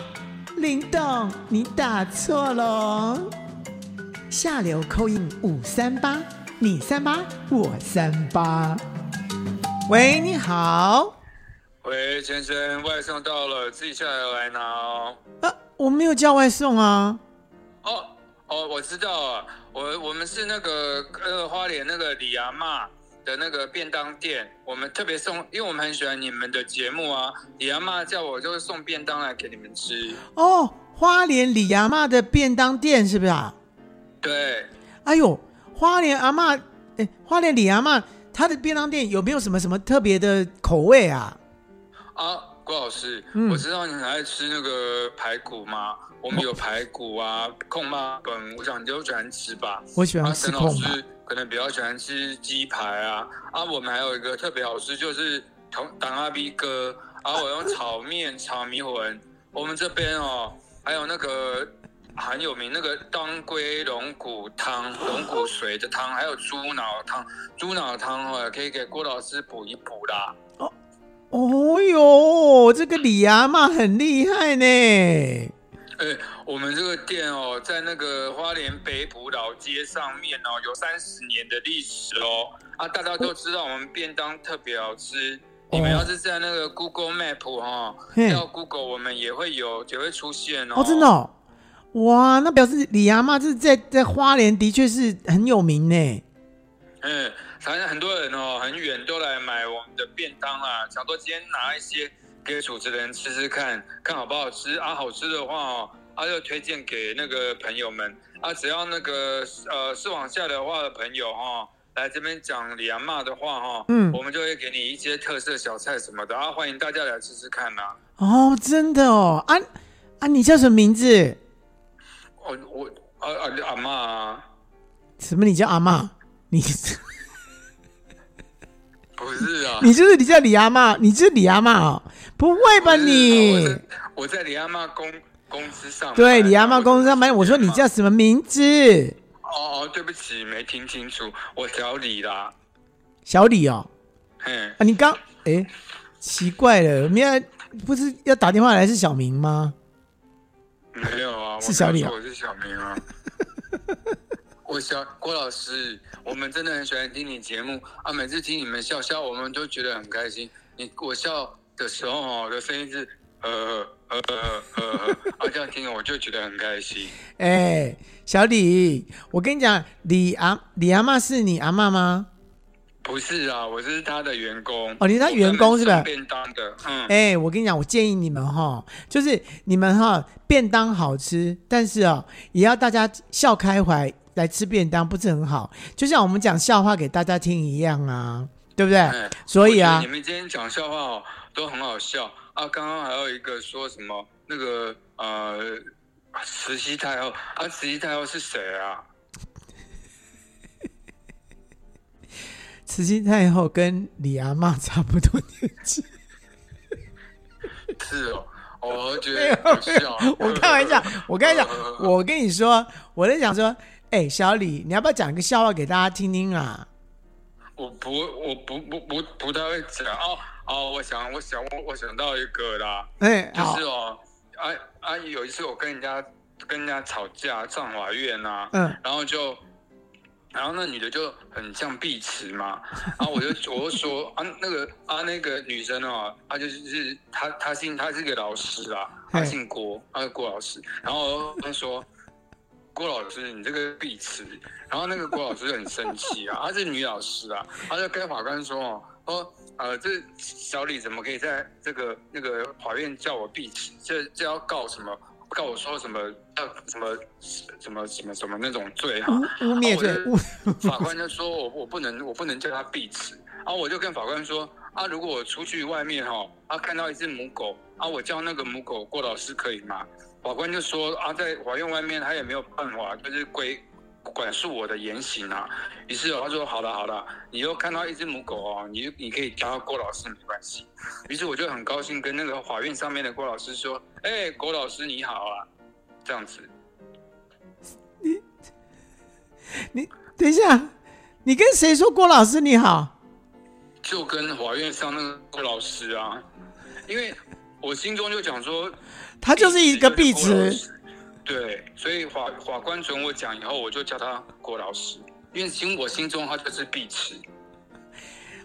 Speaker 1: 林董你打错了哦，下流 coin 五三八，你三八我三八，喂，你好，
Speaker 3: 喂，先生，外送到了，自己下楼来拿哦。
Speaker 1: 呃，我没有叫外送啊，
Speaker 3: 哦哦，我知道啊，我我们是那个呃花莲那个李阿妈的那个便当店，我们特别送，因为我们很喜欢你们的节目啊，李阿妈叫我就送便当来给你们吃。
Speaker 1: 哦，花莲李阿妈的便当店是不是啊？
Speaker 3: 对，
Speaker 1: 哎呦，花莲阿嬷，哎，花莲李阿嬷，她的便当店有没有什么什么特别的口味啊？
Speaker 3: 啊，郭老师，
Speaker 1: 嗯
Speaker 3: 我知道你很爱吃那个排骨嘛，我们有排骨啊、控妈本，我想你都喜欢吃吧。
Speaker 1: 我喜
Speaker 3: 啊，
Speaker 1: 欢吃
Speaker 3: 沈老
Speaker 1: 空吧。
Speaker 3: 师可能比较喜欢吃鸡排啊，啊，我们还有一个特别好吃，就是同党阿 B 哥，啊，我用炒面炒迷魂。我们这边哦，还有那个很有名那个当归龙骨汤、龙骨髓的汤，还有猪脑汤，猪脑汤哦，可以给郭老师补一补啦。
Speaker 1: 哦呦，这个李阿嬷很厉害呢。
Speaker 3: 哎，
Speaker 5: 我们这个店哦，在那个花莲北浦老街上面哦，有三十年的历史哦。啊，大家都知道我们便当特别好吃。你们要是在那个 Google Map 哈、哦，
Speaker 1: 嘿
Speaker 5: 要 Google 我们也会有，也会出现哦。
Speaker 1: 哦，真的、哦，哇，那表示李阿妈这在在花莲的确是很有名呢。
Speaker 5: 嗯，反正很多人哦，很远都来买我们的便当啦，想说今天拿一些给主持人吃吃看，看好不好吃啊？好吃的话哦，啊就推荐给那个朋友们啊，只要那个呃是往下的话的朋友哦，来这边讲李阿妈的话哦，
Speaker 1: 嗯
Speaker 5: 我们就会给你一些特色小菜什么的啊，欢迎大家来吃吃看呐、
Speaker 1: 哦，真的哦，啊啊，你叫什么名字？
Speaker 5: 哦，我啊啊阿妈啊，
Speaker 1: 什么？你叫阿妈？你，
Speaker 5: 不是啊
Speaker 1: 你就是你叫李阿妈？你就是李阿妈哦？不会吧
Speaker 5: 哎我
Speaker 1: 你
Speaker 5: 在？我在李阿妈公公司上班，
Speaker 1: 对，李阿妈公司上班。我说你
Speaker 5: 叫。
Speaker 1: 叫什么名字？
Speaker 5: 哦哦，对不起，没听清楚，我小李啦。
Speaker 1: 小李哦。
Speaker 5: 嗯，
Speaker 1: 啊，你刚哎、奇怪了，明天不是要打电话来是小明吗？
Speaker 5: 没有啊，我
Speaker 1: 是小李啊
Speaker 5: 没有说我是小明 啊。我小郭老师，我们真的很喜欢听你节目啊，每次听你们笑笑，我们都觉得很开心。你我笑的时候哦，我的声音是呃呃呃呃，呃啊这样听我就觉得很开心。
Speaker 1: 哎、小李，我跟你讲，李阿李阿妈是你阿妈吗？
Speaker 5: 不是啊，我是他的员工。
Speaker 1: 哦你是他员工是吧
Speaker 5: 我专门送便当的， 嗯。
Speaker 1: 哎、我跟你讲，我建议你们哈，就是你们哈，便当好吃，但是哦，也要大家笑开怀来吃便当，不是很好？就像我们讲笑话给大家听一样啊，对不对？
Speaker 5: 哎
Speaker 1: 所以
Speaker 5: 我
Speaker 1: 啊
Speaker 5: 觉得你，们今天讲笑话哦，都很好笑啊！刚刚还有一个说什么那个呃，慈禧太后啊，慈禧太后是谁啊？
Speaker 1: 慈禧太后跟李阿妈差不多年纪。
Speaker 5: 是哦，我觉
Speaker 1: 没
Speaker 5: 得
Speaker 1: 有
Speaker 5: 好
Speaker 1: 没
Speaker 5: 笑。
Speaker 1: 有，我开玩笑，我跟你讲，
Speaker 5: 呃
Speaker 1: 我跟你说，我在想说，哎、小李，你要不要讲一个笑话给大家听听啊？
Speaker 5: 我不，我不，不不不太会讲哦哦，我想，我想，我我想到一个啦，
Speaker 1: 哎、
Speaker 5: 就
Speaker 1: 好
Speaker 5: 是，哦，啊啊，有一次我跟人家跟人家吵架上法院啊，
Speaker 1: 嗯，
Speaker 5: 然后就，然后那女的就很像碧池嘛，然后我就我就说啊那个啊那个女生哦，她就是她她姓她是个老师啊，她
Speaker 1: 嘿
Speaker 5: 姓郭，她是郭老师，然后她说。郭老师，你这个碧池，然后那个郭老师就很生气啊，她是女老师啊，她就跟法官说哦，说呃，这小李怎么可以在这个那个法院叫我碧池？这这要告什么？告我说什么？要什么什么什么什么那种罪啊？
Speaker 1: 污污蔑罪
Speaker 5: 啊，
Speaker 1: 污
Speaker 5: 我就法官就说我我不能我不能叫他闭齿，然后我就跟法官说啊，如果我出去外面哈、啊看到一只母狗啊，我叫那个母狗郭老师可以吗？法官就说啊，在法院外面他也没有办法，就是规管束我的言行啊。于是、哦、他说好了好了，你又看到一只母狗哦，你你可以叫它郭老师没关系。于是我就很高兴跟那个法院上面的郭老师说，哎、郭老师你好啊，这样子。
Speaker 1: 你等一下，你跟谁说郭老师你好？
Speaker 5: 就跟法院上那个郭老师啊，因为我心中就想说，
Speaker 1: 他就是一个壁
Speaker 5: 郭老
Speaker 1: 纸，
Speaker 5: 师，对，所以法法官准我讲以后，我就叫他郭老师，因为心我心中他就是碧池，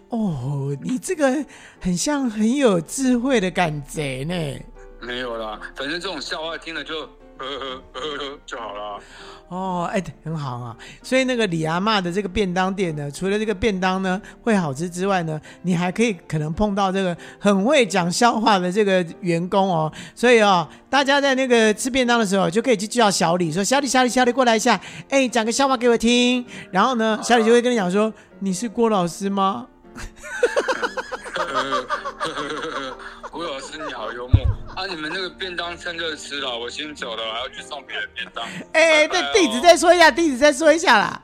Speaker 1: 哦，你这个很像很有智慧的感觉呢。
Speaker 5: 没有啦，反正这种笑话听了就呃呵呵呵呵就好了。
Speaker 1: 哦，哎、很好啊。所以那个李阿妈的这个便当店呢，除了这个便当呢会好吃之外呢，你还可以可能碰到这个很会讲笑话的这个员工哦。所以哦，大家在那个吃便当的时候，就可以去叫小李说：“小李，小李，小李，过来一下，哎、讲个笑话给我听。”然后呢，小李就会跟你讲说：“你是郭老师吗
Speaker 5: 呵呵呵呵呵呵郭老师你好幽默啊！你们那个便当趁热吃了，我先走了，我还要去送别人便当。？”
Speaker 1: 哎、
Speaker 5: 拜拜
Speaker 1: 这
Speaker 5: 哦
Speaker 1: 地址再说一下，地址再说一下啦。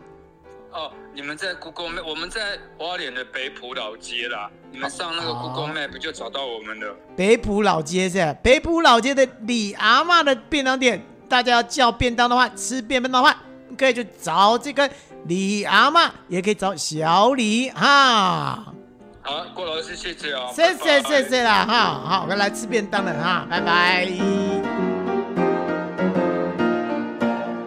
Speaker 5: 哦，你们在 Google Map，我们在花莲的北浦老街啦。你们上那个
Speaker 1: 哦
Speaker 5: Google Map 就找到我们了。
Speaker 1: 北浦老街是吧北浦老街的李阿嬷的便当店，大家要叫便当的话，吃便当的话，可以去找这个李阿嬷，也可以找小李哈。
Speaker 5: 好，郭老师，谢谢哦，
Speaker 1: 谢谢
Speaker 5: 拜拜
Speaker 1: 谢谢啦哈，好，我来吃便当了哈，拜拜。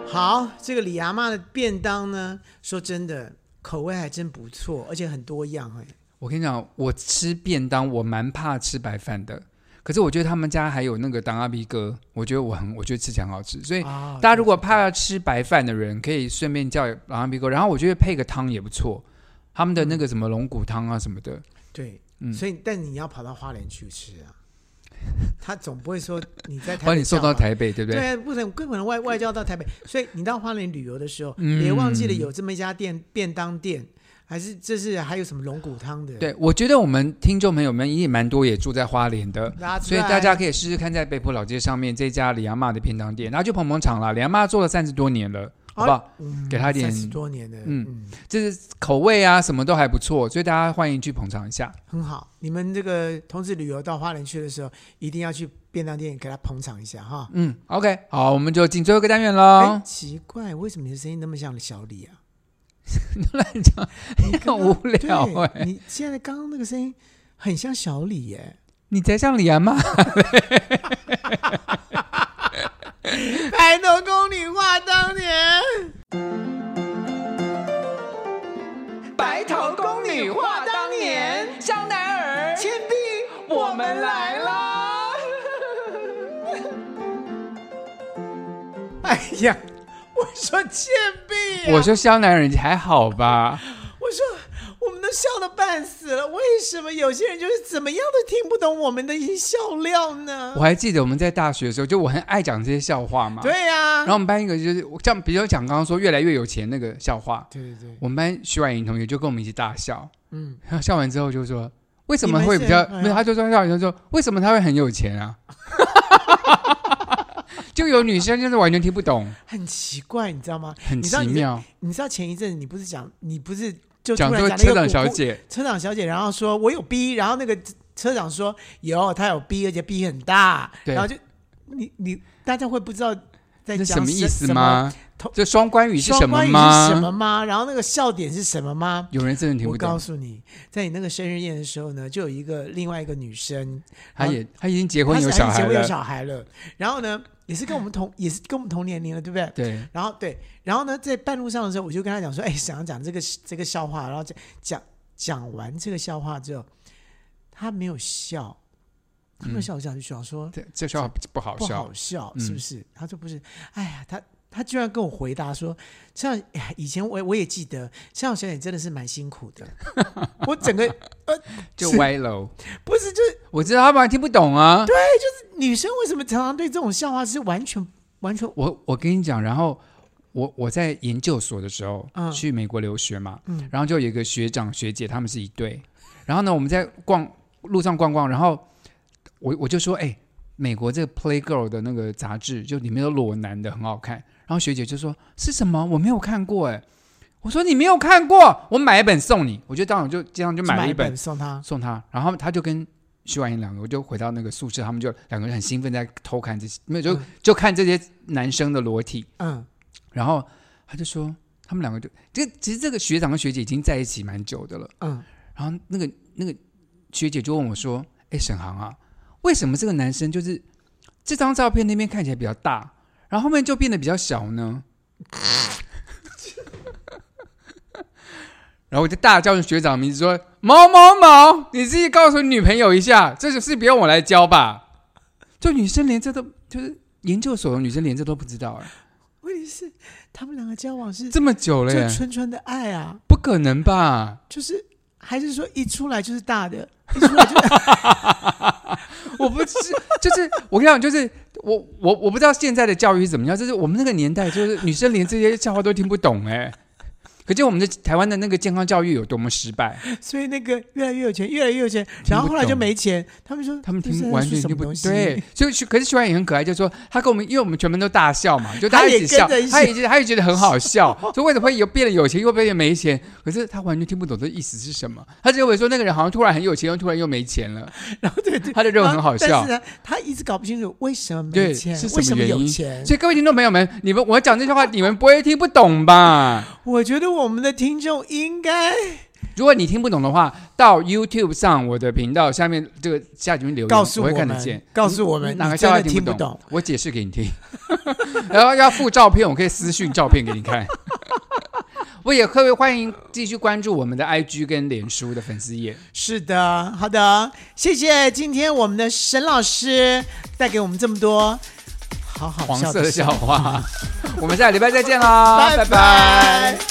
Speaker 1: 好，这个李阿妈的便当呢，说真的，口味还真不错，而且很多样哎、
Speaker 2: 我跟你讲，我吃便当我蛮怕吃白饭的，可是我觉得他们家还有那个当阿比哥，我觉得我很我觉得吃起来很好吃，所以
Speaker 1: 啊，
Speaker 2: 大家如果怕吃白饭的人，可以顺便叫当阿比哥，然后我觉得配个汤也不错，他
Speaker 1: 嗯
Speaker 2: 们的那个什么龙骨汤啊什么的，
Speaker 1: 对，
Speaker 2: 嗯
Speaker 1: 所以但你要跑到花莲去吃 啊，他总不会说你在台北
Speaker 2: 把你送到
Speaker 1: 叫嘛
Speaker 2: 台北，对不对？
Speaker 1: 对啊，不能不可能外外交到台北，所以你到花莲旅游的时候，
Speaker 2: 嗯
Speaker 1: 别忘记了有这么一家店便当店，还是这是还有什么龙骨汤的，
Speaker 2: 对，我觉得我们听众朋友们也蛮多也住在花莲 的，
Speaker 1: That's
Speaker 2: 所以大家
Speaker 1: right
Speaker 2: 可以试试看在北浦老街上面这家李阿妈的便当店，然后去捧捧场啦。李阿妈做了三十多年了，好不好？
Speaker 1: 嗯
Speaker 2: 给他一点
Speaker 1: 三十多年的，
Speaker 2: 嗯
Speaker 1: 嗯，
Speaker 2: 就是口味啊什么都还不错，所以大家欢迎去捧场一下。
Speaker 1: 很好。你们这个同志旅游到花莲去的时候，一定要去便当店给他捧场一下哈。
Speaker 2: 嗯，OK，好，我啊们就进最后一个单元喽
Speaker 1: 哎，。奇怪，为什么你的声音那么像小李 啊？
Speaker 2: 乱讲，
Speaker 1: 你刚刚
Speaker 2: 无聊
Speaker 1: 对
Speaker 2: 哎
Speaker 1: 你现在刚刚那个声音很像小李耶、
Speaker 2: 你才像李阿啊妈。
Speaker 1: 白头宫女话当年，
Speaker 6: 白头宫女话当年，香奈儿、
Speaker 1: 铅笔，
Speaker 6: 我们来啦！
Speaker 1: 哎呀，我说倩碧、啊，
Speaker 2: 我说香男人你还好吧？
Speaker 1: 我说我们都笑得半死了，为什么有些人就是怎么样都听不懂我们的一些笑料呢
Speaker 2: 我？还记得我们在大学的时候，就我很爱讲这些笑话嘛。。
Speaker 6: 啊
Speaker 1: 对啊呀、
Speaker 2: 然后我们班一个就是像，比如讲刚刚说越来越有钱那个笑话，
Speaker 1: 对对对，
Speaker 2: 我们班徐婉莹同学就跟我们一起大笑，
Speaker 1: 嗯，
Speaker 2: 然后笑完之后就说：“为什
Speaker 1: 你
Speaker 2: 么
Speaker 1: 们
Speaker 2: 会比较
Speaker 1: 是？”哎
Speaker 2: 没有，
Speaker 1: 呀
Speaker 2: 他就说笑完就说：“为什么他会很有钱啊？” 就有女生就是完全听不懂，
Speaker 1: 很奇怪，你知道吗？
Speaker 2: 很
Speaker 1: 你知道
Speaker 2: 奇
Speaker 1: 你
Speaker 2: 妙。
Speaker 1: 你知道前一阵你不是讲你不是就突
Speaker 2: 讲
Speaker 1: 然
Speaker 2: 说
Speaker 1: 讲那
Speaker 2: 车
Speaker 1: 个
Speaker 2: 长
Speaker 1: 古
Speaker 2: 小
Speaker 1: 故
Speaker 2: 姐，
Speaker 1: 车长小姐，然后说我有逼，然后那个车长说有，他有逼，而且逼很大，
Speaker 2: 对
Speaker 1: 然后就你你大家会不知道在
Speaker 2: 这
Speaker 1: 讲
Speaker 2: 什么意思
Speaker 1: 什？
Speaker 2: 吗
Speaker 1: 同？
Speaker 2: 这双关语是
Speaker 1: 双
Speaker 2: 什么
Speaker 1: 关语
Speaker 2: 吗？
Speaker 1: 是什么吗？然后那个笑点是什么吗？
Speaker 2: 有人真的听
Speaker 1: 我
Speaker 2: 不
Speaker 1: 告
Speaker 2: 懂，
Speaker 1: 诉你，在你那个生日宴的时候呢，就有一个另外一个女生，
Speaker 2: 他也他已经结
Speaker 1: 她
Speaker 2: 婚
Speaker 1: 是
Speaker 2: 有
Speaker 1: 她
Speaker 2: 小
Speaker 1: 是结
Speaker 2: 孩
Speaker 1: 婚有
Speaker 2: 了，
Speaker 1: 小孩了，然后呢，也是跟我们同，也是跟我们同年龄了，对不对？
Speaker 2: 对，
Speaker 1: 然后对，然后呢，在半路上的时候，我就跟她讲说，哎，想要讲这个这个笑话，然后讲讲讲完这个笑话之后，她没有笑，她没有笑，我想就想说
Speaker 2: 这这笑话不好
Speaker 1: 不
Speaker 2: 笑
Speaker 1: 好，笑，
Speaker 2: 嗯
Speaker 1: 是不是？她说不是，哎呀，她她居然跟我回答说，像 哎以前我我也记得，像小姐真的是蛮辛苦 的，我整个呃
Speaker 2: 就是歪楼。
Speaker 1: 不是就是。
Speaker 2: 我知道他们还听不懂啊。
Speaker 1: 女生为什么常常对这种笑话是完全完全
Speaker 2: 我我跟你讲，然后我我在研究所的时候、
Speaker 1: 嗯
Speaker 2: 去美国留学嘛，
Speaker 1: 嗯
Speaker 2: 然后就有一个学长学姐，他们是一对，然后呢我们在逛路上逛逛，然后我我就说，哎、美国这个 Playgirl 的那个杂志，就里面有裸男的，很好看。然后学姐就说是什么？我没有看过哎、我说你没有看过，我买一本送你。我就当场就这样就买了一
Speaker 1: 一
Speaker 2: 本，
Speaker 1: 送她？
Speaker 2: 送他，然后他就跟徐婉莹两个，我就回到那个宿舍，他们就两个人很兴奋在偷看这些，没有就、
Speaker 1: 嗯
Speaker 2: 就看这些男生的裸体，
Speaker 1: 嗯，
Speaker 2: 然后他就说他们两个就这其实这个学长跟学姐已经在一起蛮久的了，
Speaker 1: 嗯，
Speaker 2: 然后那个那个学姐就问我说，哎，沈航啊，为什么这个男生就是这张照片那边看起来比较大，然后后面就变得比较小呢？ 然后我就大叫学长名字说：“某某某，你自己告诉你女朋友一下，这就是不用我来教吧？”就女生连这都就是研究所的女生连这都不知道哎、
Speaker 1: 问题是他们两个交往是
Speaker 2: 这么久了
Speaker 1: 就
Speaker 2: 耶，
Speaker 1: 纯纯的爱啊，
Speaker 2: 不可能吧？
Speaker 1: 就是还是说一出来就是大的， 一出来就
Speaker 2: 我不是，就是我跟你讲，就是我我我不知道现在的教育是怎么样，就是我们那个年代，就是女生连这些笑话都听不懂哎、可见我们的台湾的那个健康教育有多么失败。
Speaker 1: 所以那个越来越有钱，越来越有钱，然后后来就没钱。他们说
Speaker 2: 他们
Speaker 1: 这是在
Speaker 2: 听完
Speaker 1: 说
Speaker 2: 全
Speaker 1: 什
Speaker 2: 听
Speaker 1: 么
Speaker 2: 不
Speaker 1: 东西？
Speaker 2: 对，，所以可是徐婉莹很可爱，就说她跟我们，因为我们全班都大笑嘛，就大
Speaker 1: 她
Speaker 2: 家
Speaker 1: 也
Speaker 2: 一起笑
Speaker 1: 跟着一，起
Speaker 2: 她也觉得她也觉得很好笑，就为什么会有变得有钱，又变得没钱？可是她完全听不懂这意思是什么，她只会说那个人好像突然很有钱，又突然又没钱了，
Speaker 1: 然后对对，
Speaker 2: 她的肉很好
Speaker 1: 然
Speaker 2: 笑
Speaker 1: 啊后。但是呢，他一直搞不清楚为什么没
Speaker 2: 对，
Speaker 1: 钱
Speaker 2: 是，
Speaker 1: 为
Speaker 2: 什
Speaker 1: 什
Speaker 2: 么
Speaker 1: 么
Speaker 2: 原
Speaker 1: 有
Speaker 2: 因？
Speaker 1: 钱。
Speaker 2: 所以各位听众朋友们，你们我讲这些话，你们不会听不懂吧？
Speaker 1: 我觉得我们的听众应该
Speaker 2: 如果你听不懂的话，到 YouTube 上我的频道下面这个下底面留言，
Speaker 1: 告诉
Speaker 2: 我
Speaker 1: 我
Speaker 2: 会看得
Speaker 1: 们
Speaker 2: 见。，
Speaker 1: 告诉我们，
Speaker 2: 哪
Speaker 1: 你
Speaker 2: 个
Speaker 1: 真
Speaker 2: 笑话
Speaker 1: 的
Speaker 2: 听
Speaker 1: 听
Speaker 2: 不
Speaker 1: 不懂？
Speaker 2: 我解释给你听， 然后要附照片，我可以私讯照片给你看。 我也特别欢迎继续关注我们的 IG 跟脸书的粉丝页。
Speaker 1: 是的，好的，谢谢今天我们的沈老师带给我们这么多好好
Speaker 2: 黄
Speaker 1: 笑
Speaker 2: 色的
Speaker 1: 的
Speaker 2: 笑话。我们下个礼拜再见啦，
Speaker 1: 拜
Speaker 2: 拜拜
Speaker 1: 拜